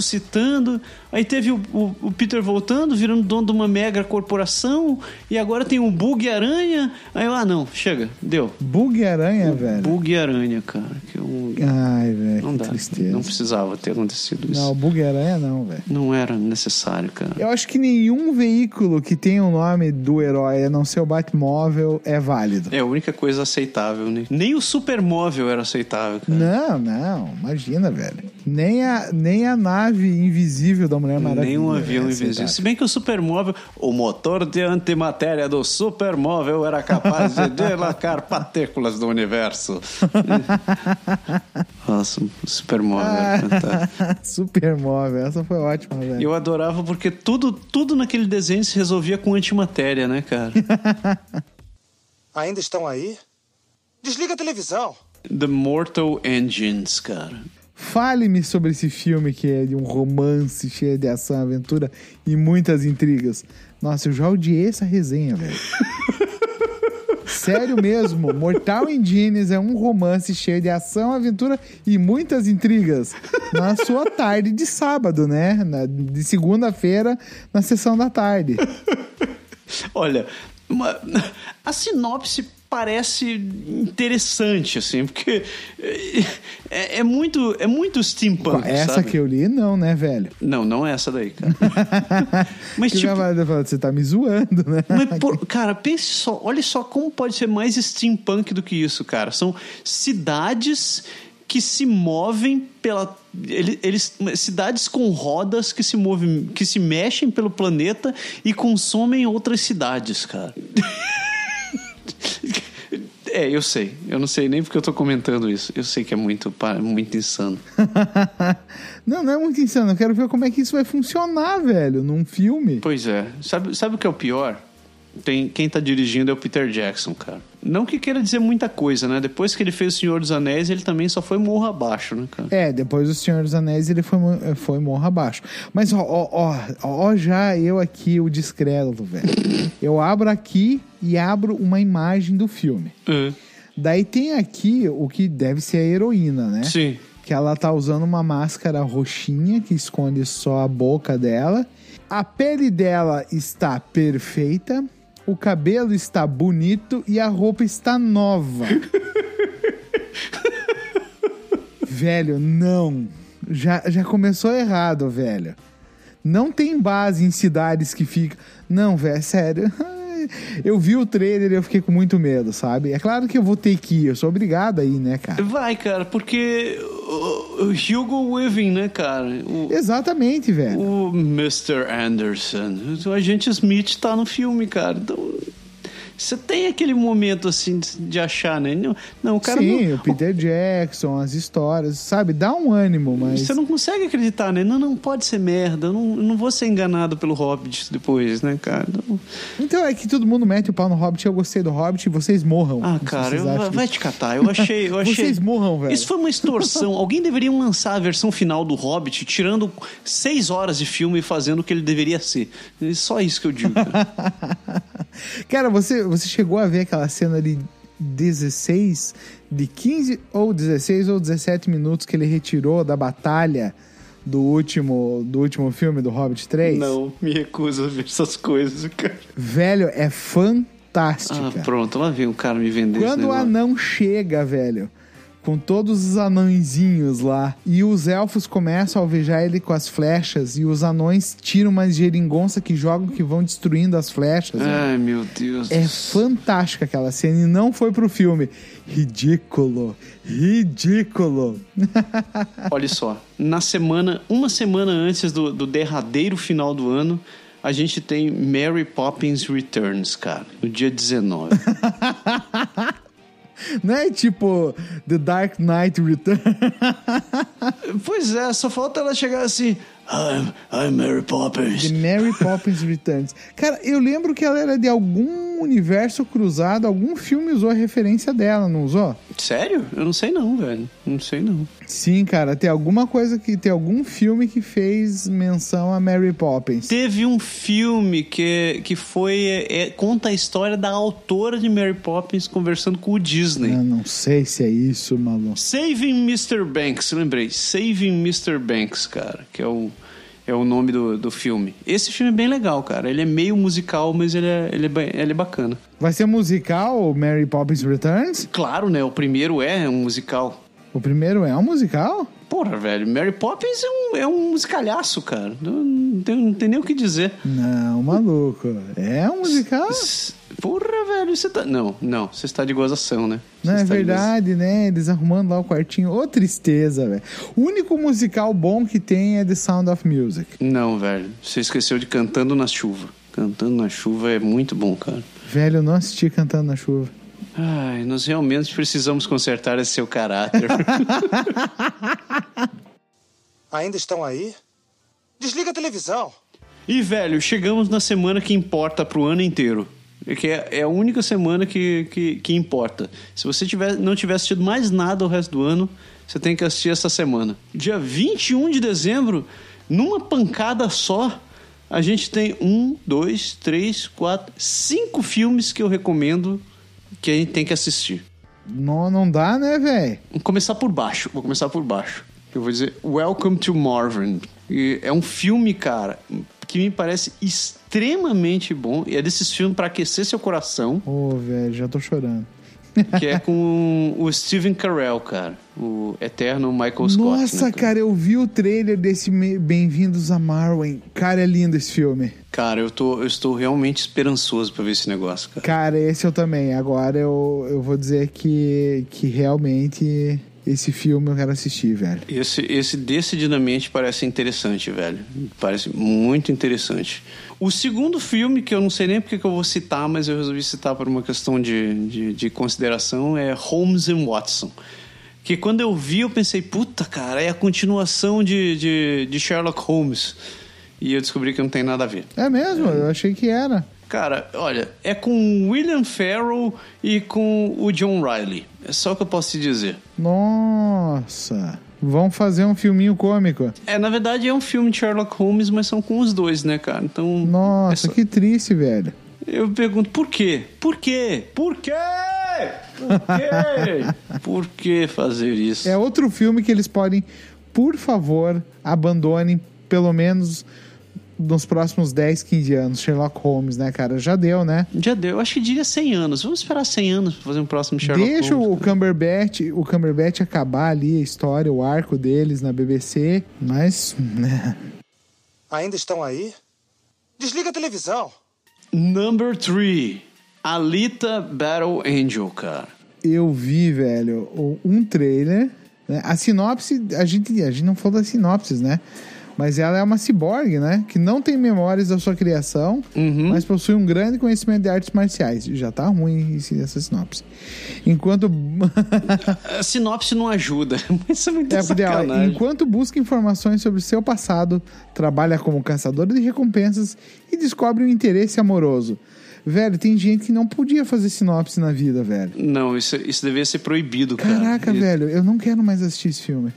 [SPEAKER 2] ressuscitando. Aí teve o, o- o Peter voltando, virando dono de uma mega corporação. E agora tem um bug aranha. Aí eu, ah, não, chega, deu.
[SPEAKER 3] Bug aranha, velho.
[SPEAKER 2] Bug aranha, cara. Que eu-
[SPEAKER 3] Ai, velho,
[SPEAKER 2] Não
[SPEAKER 3] que
[SPEAKER 2] dá.
[SPEAKER 3] tristeza.
[SPEAKER 2] Não precisava ter acontecido isso.
[SPEAKER 3] Não, bug aranha não, velho.
[SPEAKER 2] Não era necessário, cara.
[SPEAKER 3] Eu acho que nenhum veículo que tenha o nome do herói, a não ser o Batmóvel, é válido.
[SPEAKER 2] É a única coisa aceitável, né? Nem o supermóvel era aceitável, cara.
[SPEAKER 3] Não, não, imagina, velho. Nem a, nem a nave invisível da Mulher Maravilha.
[SPEAKER 2] Nem um
[SPEAKER 3] é
[SPEAKER 2] avião invisível. Se
[SPEAKER 3] aceitável.
[SPEAKER 2] bem que o supermóvel, o motor de antimatéria do supermóvel era capaz de delacar partículas do universo. Nossa, o supermóvel. era
[SPEAKER 3] Ah.
[SPEAKER 2] fantástico.
[SPEAKER 3] Supermóvel, essa foi ótima, velho.
[SPEAKER 2] Eu adorava porque tudo, tudo naquele desenho se resolvia com antimatéria, né, cara?
[SPEAKER 5] Ainda estão aí? Desliga a televisão.
[SPEAKER 2] The Mortal Engines, cara.
[SPEAKER 3] Fale-me sobre esse filme que é de um romance cheio de ação, aventura e muitas intrigas. Nossa, eu já odiei essa resenha, velho. Sério mesmo, Mortal Engines é um romance cheio de ação, aventura e muitas intrigas. Na sua tarde de sábado, né? Na- de segunda-feira, na sessão da tarde.
[SPEAKER 2] Olha, uma- a sinopse parece interessante, assim, porque é, é muito, é muito steampunk,
[SPEAKER 3] Essa
[SPEAKER 2] sabe?
[SPEAKER 3] que eu li, não, né, velho?
[SPEAKER 2] Não, não é essa daí, cara. Mas,
[SPEAKER 3] Que
[SPEAKER 2] tipo,
[SPEAKER 3] vai falar, você tá me zoando, né?
[SPEAKER 2] mas, por- cara, pense só, olha só como pode ser mais steampunk do que isso, cara. São cidades que se movem pela. ele- Eles, cidades com rodas que se movem, que se mexem pelo planeta e consomem outras cidades, cara. É, eu sei. Eu não sei nem porque eu tô comentando isso. Eu sei que é muito, pa- muito insano.
[SPEAKER 3] não, não é muito insano. Eu quero ver como é que isso vai funcionar, velho, num filme.
[SPEAKER 2] Pois é. Sabe, sabe o que é o pior? Tem, quem tá dirigindo é o Peter Jackson, cara. Não que queira dizer muita coisa, né? Depois que ele fez O Senhor dos Anéis, ele também só foi morro abaixo, né, cara?
[SPEAKER 3] É, depois do Senhor dos Anéis ele foi, mo- foi morra abaixo. Mas ó, ó, ó, ó, já eu aqui, o discreto, velho. Eu abro aqui e abro uma imagem do filme. Daí tem aqui o que deve ser a heroína, né?
[SPEAKER 2] Sim.
[SPEAKER 3] Que ela tá usando uma máscara roxinha que esconde só a boca dela. A pele dela está perfeita, o cabelo está bonito e a roupa está nova. velho, não. Já, já começou errado, velho. Não tem base em cidades que fica. Não, velho, é sério. Eu vi o trailer e eu fiquei com muito medo, sabe? É claro que eu vou ter que ir, eu sou obrigado aí, né, cara?
[SPEAKER 2] Vai, cara, porque o, o Hugo Weaving, né, cara? O,
[SPEAKER 3] Exatamente, velho.
[SPEAKER 2] o Mr. Anderson, o agente Smith tá no filme, cara. Então, você tem aquele momento, assim, de- de achar, né? Não, não o cara
[SPEAKER 3] Sim,
[SPEAKER 2] não,
[SPEAKER 3] o Peter Jackson, as histórias, sabe? Dá um ânimo, mas.
[SPEAKER 2] Você não consegue acreditar, né? Não, não pode ser merda. Eu não, eu não vou ser enganado pelo Hobbit depois, né, cara? Não.
[SPEAKER 3] Então é que todo mundo mete o pau no Hobbit, eu gostei do Hobbit e vocês morram.
[SPEAKER 2] Ah,
[SPEAKER 3] Se
[SPEAKER 2] cara,
[SPEAKER 3] vocês
[SPEAKER 2] eu-
[SPEAKER 3] acham
[SPEAKER 2] vai
[SPEAKER 3] isso.
[SPEAKER 2] te catar. Eu achei, eu achei.
[SPEAKER 3] Vocês morram, velho.
[SPEAKER 2] Isso foi uma extorsão. Alguém deveria lançar a versão final do Hobbit, tirando seis horas de filme e fazendo o que ele deveria ser. É Só isso que eu digo. cara.
[SPEAKER 3] Cara, você, você chegou a ver aquela cena de 16, de 15 ou 16 ou 17 minutos que ele retirou da batalha do último, do último filme do Hobbit 3?
[SPEAKER 2] não, me recuso a ver essas coisas, cara.
[SPEAKER 3] Velho, é
[SPEAKER 2] Ah,
[SPEAKER 3] fantástica.
[SPEAKER 2] pronto, lá vem o cara me vender esse
[SPEAKER 3] Quando o
[SPEAKER 2] negócio.
[SPEAKER 3] anão chega, velho, com todos os anãozinhos lá, e os elfos começam a alvejar ele com as flechas, e os anões tiram uma geringonça que jogam que vão destruindo as flechas. velho.
[SPEAKER 2] Ai, meu Deus.
[SPEAKER 3] É
[SPEAKER 2] do céu.
[SPEAKER 3] fantástica aquela cena e não foi pro filme. Ridículo, ridículo.
[SPEAKER 2] Olha só, na semana, uma semana antes do, do derradeiro final do ano, a gente tem Mary Poppins Returns, cara, no dia 19.
[SPEAKER 3] Não é tipo The Dark Knight Returns.
[SPEAKER 2] pois é, só falta ela chegar assim. I'm, I'm Mary Poppins.
[SPEAKER 3] The Mary Poppins Returns. Cara, eu lembro que ela era de algum algum universo cruzado, algum filme usou a referência dela, não usou?
[SPEAKER 2] Sério? Eu não sei não, velho. Não sei não.
[SPEAKER 3] Sim, cara, tem alguma coisa que. Tem algum filme que fez menção a Mary Poppins.
[SPEAKER 2] Teve um filme que, que foi. é, conta a história da autora de Mary Poppins conversando com o Disney.
[SPEAKER 3] Eu não sei se é isso, maluco.
[SPEAKER 2] Saving Mr. Banks, lembrei. Saving Mr. Banks, cara, que é o, é o nome do, do filme. Esse filme é bem legal, cara. Ele é meio musical, mas ele é, ele é, ba- ele é bacana.
[SPEAKER 3] Vai ser musical Mary Poppins Returns?
[SPEAKER 2] Claro, né? O primeiro é um musical.
[SPEAKER 3] O primeiro é um musical?
[SPEAKER 2] Porra, velho, Mary Poppins é um, é um musicalhaço, cara. Não, não, tem, não tem nem o que dizer.
[SPEAKER 3] Não, maluco. É um musical?
[SPEAKER 2] S- Porra, velho, você tá. Não, não, você está de gozação, né? Você
[SPEAKER 3] Não, é
[SPEAKER 2] está de goza-
[SPEAKER 3] verdade, né? Eles arrumando lá o quartinho. Ô, tristeza, velho. O único musical bom que tem é The Sound of Music.
[SPEAKER 2] Não, velho, você esqueceu de Cantando na Chuva. Cantando na Chuva é muito bom, cara.
[SPEAKER 3] Velho, eu não assisti Cantando na Chuva.
[SPEAKER 2] Ai, nós realmente precisamos consertar esse seu caráter.
[SPEAKER 5] Ainda estão aí? Desliga a televisão.
[SPEAKER 2] e, velho, chegamos na semana que importa pro ano inteiro. Que é, é a única semana que, que, que importa. Se você tiver, não tiver assistido mais nada o resto do ano, você tem que assistir essa semana. Dia 21 de dezembro, numa pancada só, a gente tem um, dois, três, quatro, cinco filmes que eu recomendo que a gente tem que assistir.
[SPEAKER 3] Não, não dá, né, velho?
[SPEAKER 2] Vou começar por baixo. Vou começar por baixo. Eu vou dizer Welcome to Marvin. E é um filme, cara, que me parece extremamente bom. E é desses filmes pra aquecer seu coração,
[SPEAKER 3] Ô, velho, já tô chorando.
[SPEAKER 2] que é com o Steven Carell, cara. O eterno Michael Scott.
[SPEAKER 3] Nossa,
[SPEAKER 2] né,
[SPEAKER 3] cara, eu vi o trailer desse Me- Bem-vindos a Marwen. Cara, é lindo esse filme.
[SPEAKER 2] Cara, eu, tô, eu estou realmente esperançoso pra ver esse negócio, cara.
[SPEAKER 3] Cara, esse eu também. Agora eu, eu vou dizer que, que realmente esse filme eu quero assistir, velho.
[SPEAKER 2] Esse, esse decididamente parece interessante, velho. Parece muito interessante. O segundo filme, que eu não sei nem porque que eu vou citar, mas eu resolvi citar por uma questão de, de, de consideração, é Holmes and Watson. Que quando eu vi, eu pensei, puta, cara, é a continuação de, de, de Sherlock Holmes. E eu descobri que não tem nada a ver.
[SPEAKER 3] É mesmo? Eu achei que era.
[SPEAKER 2] Cara, olha, é com William Farrell e com o John Riley. É só o que eu posso te dizer.
[SPEAKER 3] Nossa. Vão fazer um filminho cômico.
[SPEAKER 2] É, na verdade é um filme de Sherlock Holmes, mas são com os dois, né, cara? Então.
[SPEAKER 3] Nossa,
[SPEAKER 2] é só-
[SPEAKER 3] que triste, velho.
[SPEAKER 2] Eu pergunto, por quê? Por quê? Por quê? Por quê? por que fazer isso?
[SPEAKER 3] É outro filme que eles podem, por favor, abandonem pelo menos nos próximos 10, 15 anos. Sherlock Holmes, né, cara? Já deu, né?
[SPEAKER 2] Já deu, eu acho que diria 100 anos. Vamos esperar 100 anos pra fazer um próximo Sherlock
[SPEAKER 3] Deixa
[SPEAKER 2] Holmes.
[SPEAKER 3] o Cumberbatch, o Cumberbatch acabar ali a história, o arco deles na BBC, mas né,
[SPEAKER 5] Ainda estão aí? Desliga a televisão.
[SPEAKER 2] Number 3. Alita Battle Angel, cara.
[SPEAKER 3] eu vi, velho, o- um trailer, né? A sinopse, a gente, a gente não falou das sinopses, né? Mas ela é uma ciborgue, né? Que não tem memórias da sua criação, mas possui um grande conhecimento de artes marciais. Já tá ruim esse- essa sinopse. Enquanto
[SPEAKER 2] A sinopse não ajuda, mas é muito
[SPEAKER 3] É, porque, ó,
[SPEAKER 2] sacanagem.
[SPEAKER 3] enquanto busca informações sobre seu passado, trabalha como caçadora de recompensas e descobre um interesse amoroso. Velho, tem gente que não podia fazer sinopse na vida, velho.
[SPEAKER 2] Não, isso, isso deveria ser proibido, cara.
[SPEAKER 3] Caraca,
[SPEAKER 2] E-
[SPEAKER 3] velho, eu não quero mais assistir esse filme.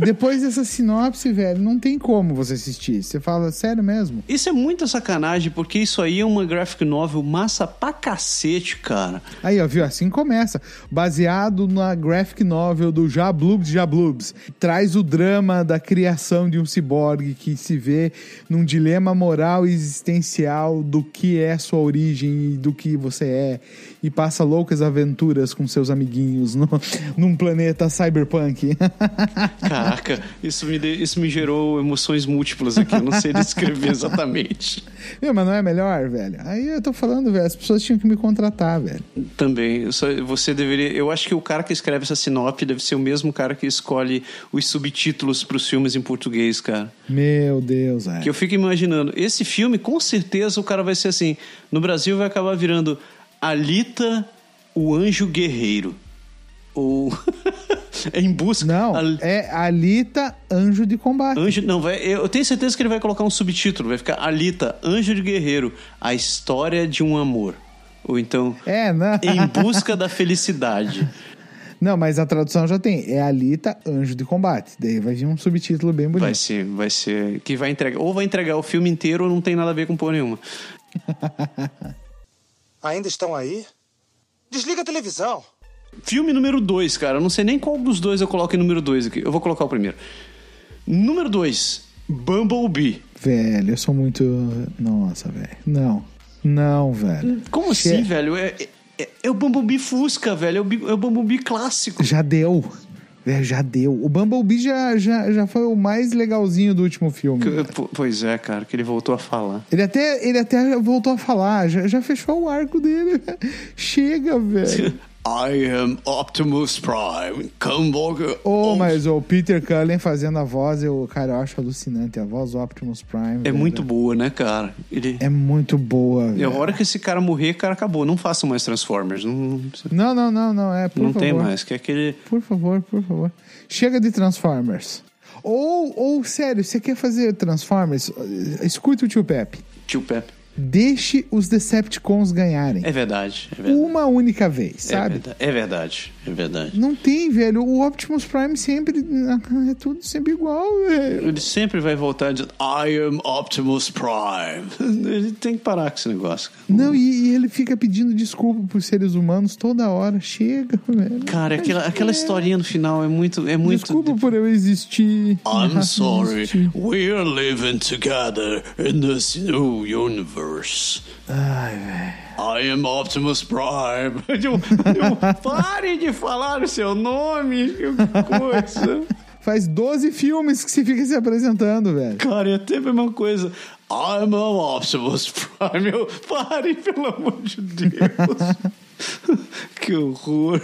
[SPEAKER 3] Depois dessa sinopse, velho, não tem como você assistir. Você fala, sério mesmo?
[SPEAKER 2] Isso é muita sacanagem, porque isso aí é uma graphic novel massa pra cacete, cara.
[SPEAKER 3] Aí, ó, viu? Assim começa. Baseado na graphic novel do Jablubs Jablubs. Traz o drama da criação de um ciborgue que se vê num dilema moral e existencial do que é sua origem e do que você é. E passa loucas aventuras com seus amiguinhos no- num planeta cyberpunk.
[SPEAKER 2] Caraca, isso me, de- isso me gerou emoções múltiplas aqui. Eu não sei descrever exatamente.
[SPEAKER 3] Viu, mas não é melhor, velho? Aí eu tô falando, velho, as pessoas tinham que me contratar, velho.
[SPEAKER 2] Também, eu só- você deveria. Eu acho que o cara que escreve essa sinopse deve ser o mesmo cara que escolhe os subtítulos pros filmes em português, cara.
[SPEAKER 3] Meu Deus, é. velho.
[SPEAKER 2] Que eu fico imaginando. Esse filme, com certeza, o cara vai ser assim. No Brasil vai acabar virando Alita, o Anjo Guerreiro. Ou. É em busca.
[SPEAKER 3] Não,
[SPEAKER 2] Al-
[SPEAKER 3] é Alita Anjo de Combate.
[SPEAKER 2] Anjo, não, vai, eu tenho certeza que ele vai colocar um subtítulo, vai ficar Alita, Anjo de Guerreiro, a história de um amor. Ou então,
[SPEAKER 3] É, não.
[SPEAKER 2] em busca da felicidade.
[SPEAKER 3] Não, mas a tradução já tem. É Alita Anjo de Combate. Daí vai vir um subtítulo bem bonito.
[SPEAKER 2] Vai ser, vai ser, que vai entregar, ou vai entregar o filme inteiro ou não tem nada a ver com porra nenhuma.
[SPEAKER 5] Ainda estão aí? Desliga a televisão.
[SPEAKER 2] Filme número 2, cara. Eu não sei nem qual dos dois eu coloco em número 2 aqui. Eu vou colocar o primeiro. Número 2, Bumblebee.
[SPEAKER 3] Velho, eu sou muito. Nossa, velho. Não. Não, velho.
[SPEAKER 2] Como assim,
[SPEAKER 3] Che-
[SPEAKER 2] velho? É, é, é o Bumblebee Fusca, velho. É o, bi- é o Bumblebee clássico.
[SPEAKER 3] Já deu. Velho, já deu. O Bumblebee já, já, já foi o mais legalzinho do último filme.
[SPEAKER 2] Que- po- Pois é, cara, que ele voltou a falar.
[SPEAKER 3] Ele até, ele até voltou a falar, já, já fechou o arco dele. Chega, velho.
[SPEAKER 2] I am Optimus Prime. Come walk.
[SPEAKER 3] Oh, mas o Peter Cullen fazendo a voz, eu, cara, eu acho alucinante. A voz do Optimus Prime.
[SPEAKER 2] É
[SPEAKER 3] velho.
[SPEAKER 2] muito boa, né, cara? Ele.
[SPEAKER 3] É muito boa,
[SPEAKER 2] É. A
[SPEAKER 3] velho.
[SPEAKER 2] hora que esse cara morrer, cara, acabou. Não façam mais Transformers. Não, não, precisa-
[SPEAKER 3] Não, não, não, não. É, por
[SPEAKER 2] não
[SPEAKER 3] favor.
[SPEAKER 2] tem mais. Que é aquele.
[SPEAKER 3] Por favor, por favor. Chega de Transformers. Ou, ou sério, você quer fazer Transformers? Escuta o tio Pepe.
[SPEAKER 2] Tio Pepe.
[SPEAKER 3] Deixe os Decepticons ganharem.
[SPEAKER 2] É verdade. É verdade.
[SPEAKER 3] Uma única vez,
[SPEAKER 2] É
[SPEAKER 3] Uh, sabe?
[SPEAKER 2] verdade, é verdade, é verdade.
[SPEAKER 3] Não tem, velho. O Optimus Prime sempre. É tudo sempre igual, velho.
[SPEAKER 2] Ele sempre vai voltar dizendo I am Optimus Prime. Ele tem que parar com esse negócio. cara.
[SPEAKER 3] Não, e, e ele fica pedindo desculpa pros seres humanos toda hora. Chega, velho.
[SPEAKER 2] Cara, aquela, aquela historinha no final é muito. É muito
[SPEAKER 3] Desculpa por eu existir.
[SPEAKER 2] I'm
[SPEAKER 3] Ah,
[SPEAKER 2] sorry,
[SPEAKER 3] existir.
[SPEAKER 2] we're living together in this new universe. Ai, I am Optimus Prime. Eu- eu- pare de falar o seu nome, que coisa.
[SPEAKER 3] Faz 12 filmes que você fica se apresentando, velho.
[SPEAKER 2] Cara, é até a mesma coisa. I'm an Optimus Prime. Eu, pare, pelo amor de Deus. que horror.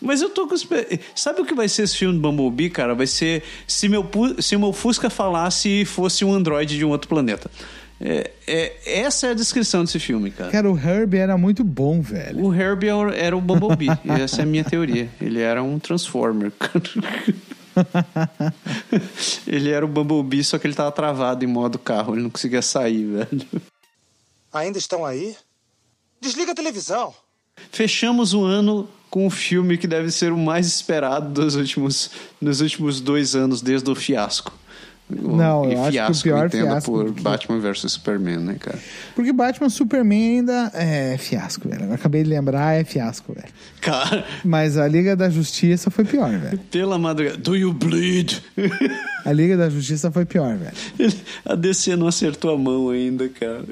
[SPEAKER 2] Mas eu tô com os pé. Sabe o que vai ser esse filme do Bumblebee, cara? Vai ser se meu, pu- se meu Fusca falasse e fosse um androide de um outro planeta. É, é- essa é a descrição desse filme, cara.
[SPEAKER 3] Cara, o Herbie era muito bom, velho.
[SPEAKER 2] O Herbie era o- era o Bumblebee. essa é a minha teoria. Ele era um Transformer, cara. ele era o Bumblebee, só que ele tava travado em modo carro, ele não conseguia sair, velho.
[SPEAKER 5] Ainda estão aí? Desliga a televisão.
[SPEAKER 2] Fechamos o ano com um filme que deve ser o mais esperado dos últimos, nos últimos dois anos, desde o fiasco.
[SPEAKER 3] Não,
[SPEAKER 2] e
[SPEAKER 3] eu acho que o
[SPEAKER 2] fiasco,
[SPEAKER 3] pior
[SPEAKER 2] entenda
[SPEAKER 3] fiasco
[SPEAKER 2] por
[SPEAKER 3] que-
[SPEAKER 2] Batman vs Superman, né, cara?
[SPEAKER 3] Porque Batman Superman ainda é fiasco, velho. Eu acabei de lembrar, é fiasco, velho.
[SPEAKER 2] Cara,
[SPEAKER 3] Mas a Liga da Justiça foi pior, velho.
[SPEAKER 2] pela madrugada. Do you bleed?
[SPEAKER 3] A Liga da Justiça foi pior, velho.
[SPEAKER 2] Ele- a DC não acertou a mão ainda, cara.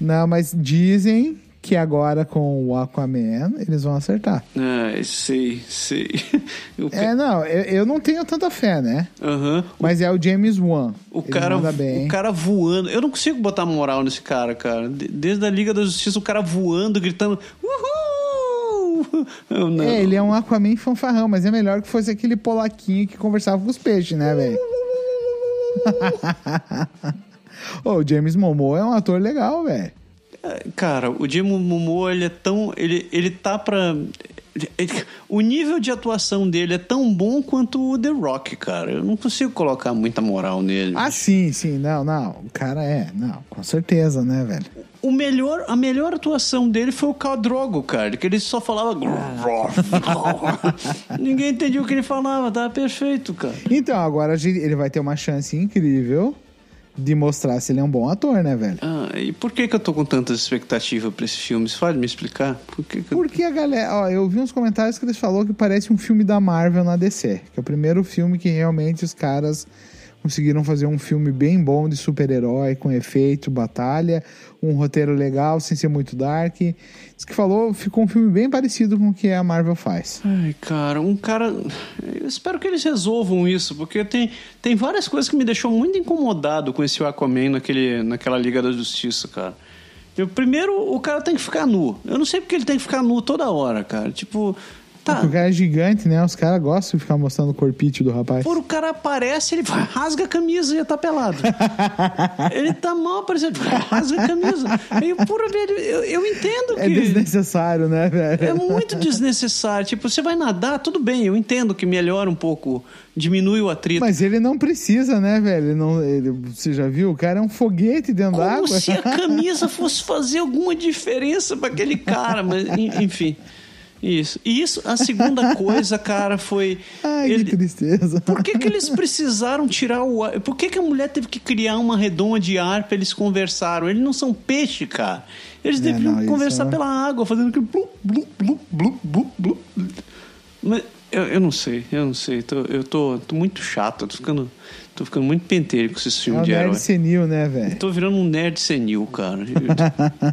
[SPEAKER 3] Não, mas dizem que agora com o Aquaman eles vão acertar.
[SPEAKER 2] Ah, sei, sei. O ca-
[SPEAKER 3] É, não, eu, eu não tenho tanta fé, né?
[SPEAKER 2] Aham.
[SPEAKER 3] Mas é o James Wan.
[SPEAKER 2] O
[SPEAKER 3] Ele
[SPEAKER 2] cara,
[SPEAKER 3] manda bem.
[SPEAKER 2] o cara voando. Eu não consigo botar moral nesse cara, cara. De- Desde a Liga da Justiça, o cara voando, gritando. Uhul! Eu não.
[SPEAKER 3] É, ele é um Aquaman fanfarrão, mas é melhor que fosse aquele polaquinho que conversava com os peixes, né, velho? Ô, o James Momoa é um ator legal, velho.
[SPEAKER 2] É, Cara, o Jimmy Momoa, ele é tão. Ele, ele tá pra. ele- ele- o nível de atuação dele é tão bom quanto o The Rock, cara. Eu não consigo colocar muita moral nele.
[SPEAKER 3] Ah, sim, sim, não, não. O cara é, não, com certeza, né, velho?
[SPEAKER 2] O melhor, a melhor atuação dele foi o Khal Drogo, cara, que ele só falava. Ninguém entendia o que ele falava, tava perfeito, cara.
[SPEAKER 3] Então, agora a gente- ele vai ter uma chance incrível de mostrar se ele é um bom ator, né, velho?
[SPEAKER 2] Ah, e por que que eu tô com tanta expectativa pra esse filme? Você pode me explicar? Por que que eu...
[SPEAKER 3] Porque a galera, ó, eu vi uns comentários que eles falaram que parece um filme da Marvel na DC, que é o primeiro filme que realmente os caras conseguiram fazer um filme bem bom de super-herói, com efeito, batalha, um roteiro legal, sem ser muito dark. Diz que falou, ficou um filme bem parecido com o que a Marvel faz.
[SPEAKER 2] Ai, cara, um cara... Eu espero que eles resolvam isso, porque tem, tem várias coisas que me deixou muito incomodado com esse Aquaman naquele, naquela Liga da Justiça, cara. Eu, primeiro, o cara tem que ficar nu. Eu não sei porque ele tem que ficar nu toda hora, cara. Tipo, Tá.
[SPEAKER 3] O cara é gigante, né? Os caras gostam de ficar mostrando o corpite do rapaz.
[SPEAKER 2] Por o cara aparece, ele vai, rasga a camisa e já tá pelado. ele tá mal aparecendo, rasga a camisa. Aí, porra, velho, eu, eu entendo que.
[SPEAKER 3] É desnecessário, né, velho?
[SPEAKER 2] É muito desnecessário. Tipo, você vai nadar, tudo bem, eu entendo que melhora um pouco, diminui o atrito.
[SPEAKER 3] Mas ele não precisa, né, velho? Ele não, ele- você já viu? O cara é um foguete dentro
[SPEAKER 2] Como assim?
[SPEAKER 3] d'água.
[SPEAKER 2] se a camisa fosse fazer alguma diferença para aquele cara, mas en- enfim. Isso. E isso, a segunda coisa, cara, foi.
[SPEAKER 3] Ai,
[SPEAKER 2] ele-
[SPEAKER 3] que tristeza.
[SPEAKER 2] Por que, que eles precisaram tirar o ar? Por que, que a mulher teve que criar uma redoma de ar pra eles conversarem? Eles não são peixe, cara. Eles
[SPEAKER 3] É,
[SPEAKER 2] deveriam
[SPEAKER 3] não, isso
[SPEAKER 2] conversar
[SPEAKER 3] é-
[SPEAKER 2] pela água, fazendo aquele. Blu, blu, blu, blu, blu, blu. Mas eu, eu não sei, eu não sei. Tô- eu tô, tô muito chato, tô ficando, tô ficando muito penteiro com esses
[SPEAKER 3] É
[SPEAKER 2] filmes
[SPEAKER 3] um
[SPEAKER 2] de herói.
[SPEAKER 3] nerd senil, né, velho?
[SPEAKER 2] Tô virando um nerd senil, cara. Eu-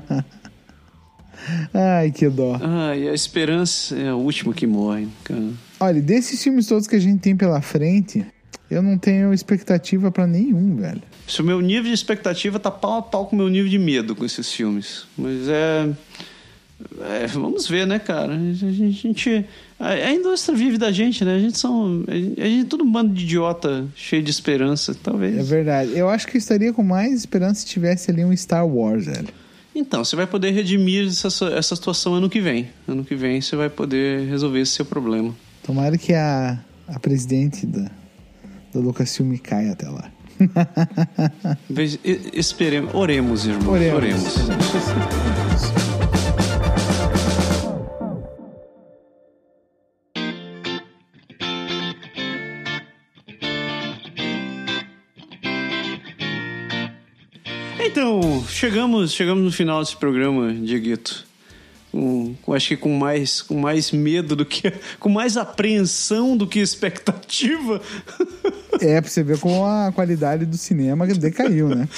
[SPEAKER 3] Ai, que dó.
[SPEAKER 2] Ai, a esperança é a última que morre, cara.
[SPEAKER 3] Olha, desses filmes todos que a gente tem pela frente, eu não tenho expectativa pra nenhum, velho.
[SPEAKER 2] Se o meu nível de expectativa tá pau a pau com o meu nível de medo com esses filmes. Mas é. é, vamos ver, né, cara? A gente. a gente- A, a indústria vive da gente, né? A gente são. A gente, a gente é todo um bando de idiota cheio de esperança,
[SPEAKER 3] É
[SPEAKER 2] talvez.
[SPEAKER 3] verdade. Eu acho que eu estaria com mais esperança se tivesse ali um Star Wars, velho. então
[SPEAKER 2] então, você vai poder redimir essa, sua- essa situação ano que vem. Ano que vem você vai poder resolver esse seu problema.
[SPEAKER 3] Tomara que a, a presidente da, da Lucasfilm caia até lá.
[SPEAKER 2] Vez- e- Esperemos. Oremos, irmão.
[SPEAKER 3] Oremos.
[SPEAKER 2] Oremos. Então, chegamos, chegamos no final desse programa, Dieguito. Com, com- acho que com mais, com mais medo do que. com mais apreensão do que expectativa.
[SPEAKER 3] É, pra você ver como a qualidade do cinema decaiu, né?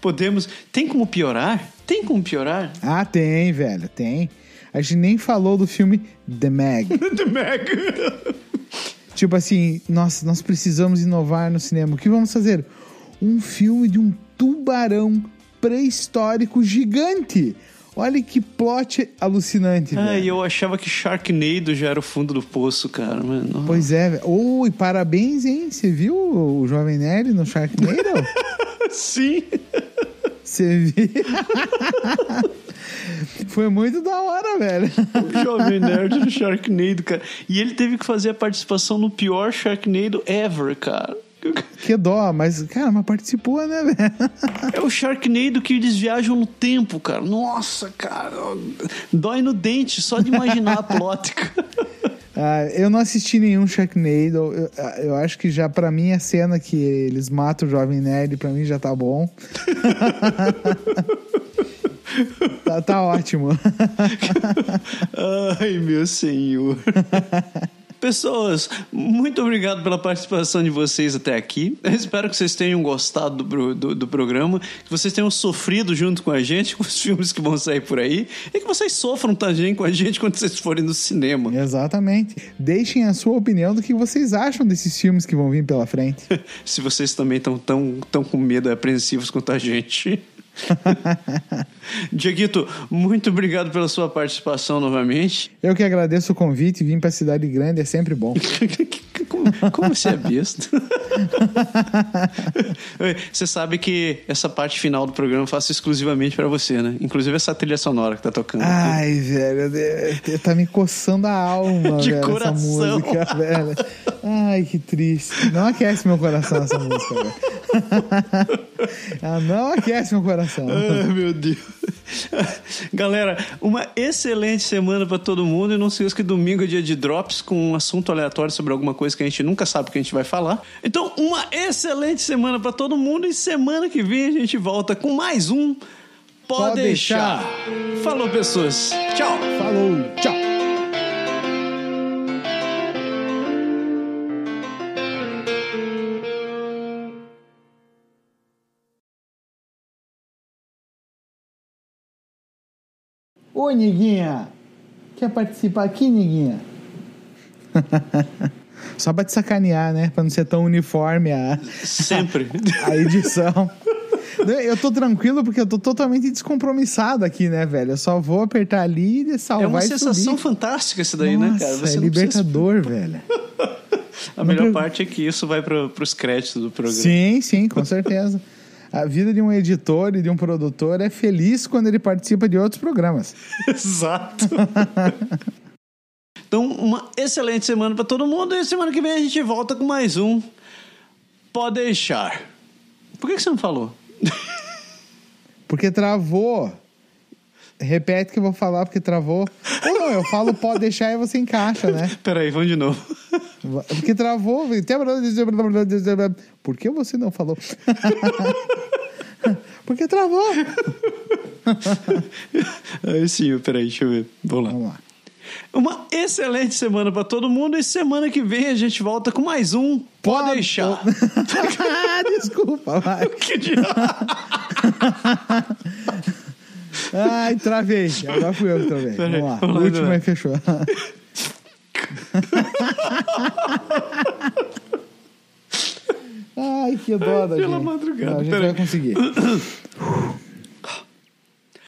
[SPEAKER 2] Podemos. Tem como piorar? Tem como piorar?
[SPEAKER 3] Ah, tem, velho, tem. A gente nem falou do filme The Meg.
[SPEAKER 2] The Meg.
[SPEAKER 3] tipo assim, nossa, nós precisamos inovar no cinema. O que vamos fazer? Um filme de um tubarão pré-histórico gigante. Olha que plot alucinante,
[SPEAKER 2] Ah,
[SPEAKER 3] velho.
[SPEAKER 2] e eu achava que Sharknado já era o fundo do poço, cara. Mas não.
[SPEAKER 3] Pois é, velho. Oi, parabéns, hein? Você viu o Jovem Nerd no Sharknado?
[SPEAKER 2] Sim.
[SPEAKER 3] Você viu? Foi muito da hora, velho.
[SPEAKER 2] O Jovem Nerd do Sharknado, cara. E ele teve que fazer a participação no pior Sharknado ever, cara.
[SPEAKER 3] Que dó, mas, cara, mas participou, né, velho?
[SPEAKER 2] É o Sharknado que eles viajam no tempo, cara. Nossa, cara. Dói no dente só de imaginar a plot. cara.
[SPEAKER 3] Ah, eu não assisti nenhum Sharknado. Eu, ah, eu acho que já, pra mim, a cena que eles matam o Jovem Nerd, pra mim já tá bom. tá, tá ótimo.
[SPEAKER 2] Ai, meu senhor. Pessoas, muito obrigado pela participação de vocês até aqui. Eu espero que vocês tenham gostado do, pro- do, do programa, que vocês tenham sofrido junto com a gente, com os filmes que vão sair por aí, e que vocês sofram também com a gente quando vocês forem no cinema.
[SPEAKER 3] Exatamente. Deixem a sua opinião do que vocês acham desses filmes que vão vir pela frente.
[SPEAKER 2] Se vocês também estão tão, tão com medo e apreensivos quanto a gente. Dieguito, muito obrigado pela sua participação novamente.
[SPEAKER 3] Eu que agradeço o convite, vim pra cidade grande é sempre bom.
[SPEAKER 2] Como, como você é besta? você sabe que essa parte final do programa eu faço exclusivamente pra você, né? Inclusive essa trilha sonora que tá tocando. aqui.
[SPEAKER 3] Ai, velho, eu- eu- tá me coçando a alma,
[SPEAKER 2] De
[SPEAKER 3] velho,
[SPEAKER 2] coração.
[SPEAKER 3] essa música, velho. Ai, que triste. Não aquece meu coração essa música, velho. Ela não aquece meu coração.
[SPEAKER 2] Ai, Ah, meu Deus. Galera, uma excelente semana pra todo mundo. E não se esqueça que domingo é dia de drops com um assunto aleatório sobre alguma coisa que a gente nunca sabe que a gente vai falar. Então, uma excelente semana pra todo mundo. E semana que vem a gente volta com mais um. Pode,
[SPEAKER 3] Pode
[SPEAKER 2] deixar. Falou, pessoas. Tchau.
[SPEAKER 3] Falou, tchau. Ô, Niguinha. Quer participar aqui, Niguinha? Só ah. pra te sacanear, né? Pra não ser tão uniforme a,
[SPEAKER 2] Sempre.
[SPEAKER 3] a edição. Eu tô tranquilo porque eu tô totalmente descompromissado aqui, né, velho? Eu só vou apertar ali e
[SPEAKER 2] É
[SPEAKER 3] salvar
[SPEAKER 2] uma
[SPEAKER 3] e
[SPEAKER 2] sensação
[SPEAKER 3] subir.
[SPEAKER 2] fantástica isso daí, né,
[SPEAKER 3] Nossa,
[SPEAKER 2] cara? Você
[SPEAKER 3] é
[SPEAKER 2] não precisa-
[SPEAKER 3] libertador, velho.
[SPEAKER 2] A melhor
[SPEAKER 3] pre-
[SPEAKER 2] parte é que isso vai para os créditos do programa.
[SPEAKER 3] Sim, sim, com certeza. A vida de um editor e de um produtor é feliz quando ele participa de outros programas.
[SPEAKER 2] Exato. então, uma excelente semana pra todo mundo e semana que vem a gente volta com mais um. Pode deixar. Por que, que você não falou?
[SPEAKER 3] Porque travou. Repete que eu vou falar porque travou. Ou não, eu falo pode deixar e você encaixa, né?
[SPEAKER 2] Peraí, vamos de novo.
[SPEAKER 3] Porque travou. Por que você não falou? Porque travou.
[SPEAKER 2] Aí sim, peraí, deixa eu ver. Vamos lá.
[SPEAKER 3] Vamos lá.
[SPEAKER 2] Uma excelente semana pra todo mundo e semana que vem a gente volta com mais um. Pode,
[SPEAKER 3] Pode-
[SPEAKER 2] deixar.
[SPEAKER 3] Ah, Desculpa, vai.
[SPEAKER 2] que diabo?
[SPEAKER 3] Ai, travei. Agora fui eu que travei.
[SPEAKER 2] Peraí,
[SPEAKER 3] Vamos lá.
[SPEAKER 2] vamos lá,
[SPEAKER 3] o último
[SPEAKER 2] vamos lá.
[SPEAKER 3] aí fechou. Ai, que dó da
[SPEAKER 2] pela
[SPEAKER 3] gente.
[SPEAKER 2] madrugada,
[SPEAKER 3] Não, a gente
[SPEAKER 2] peraí.
[SPEAKER 3] vai conseguir.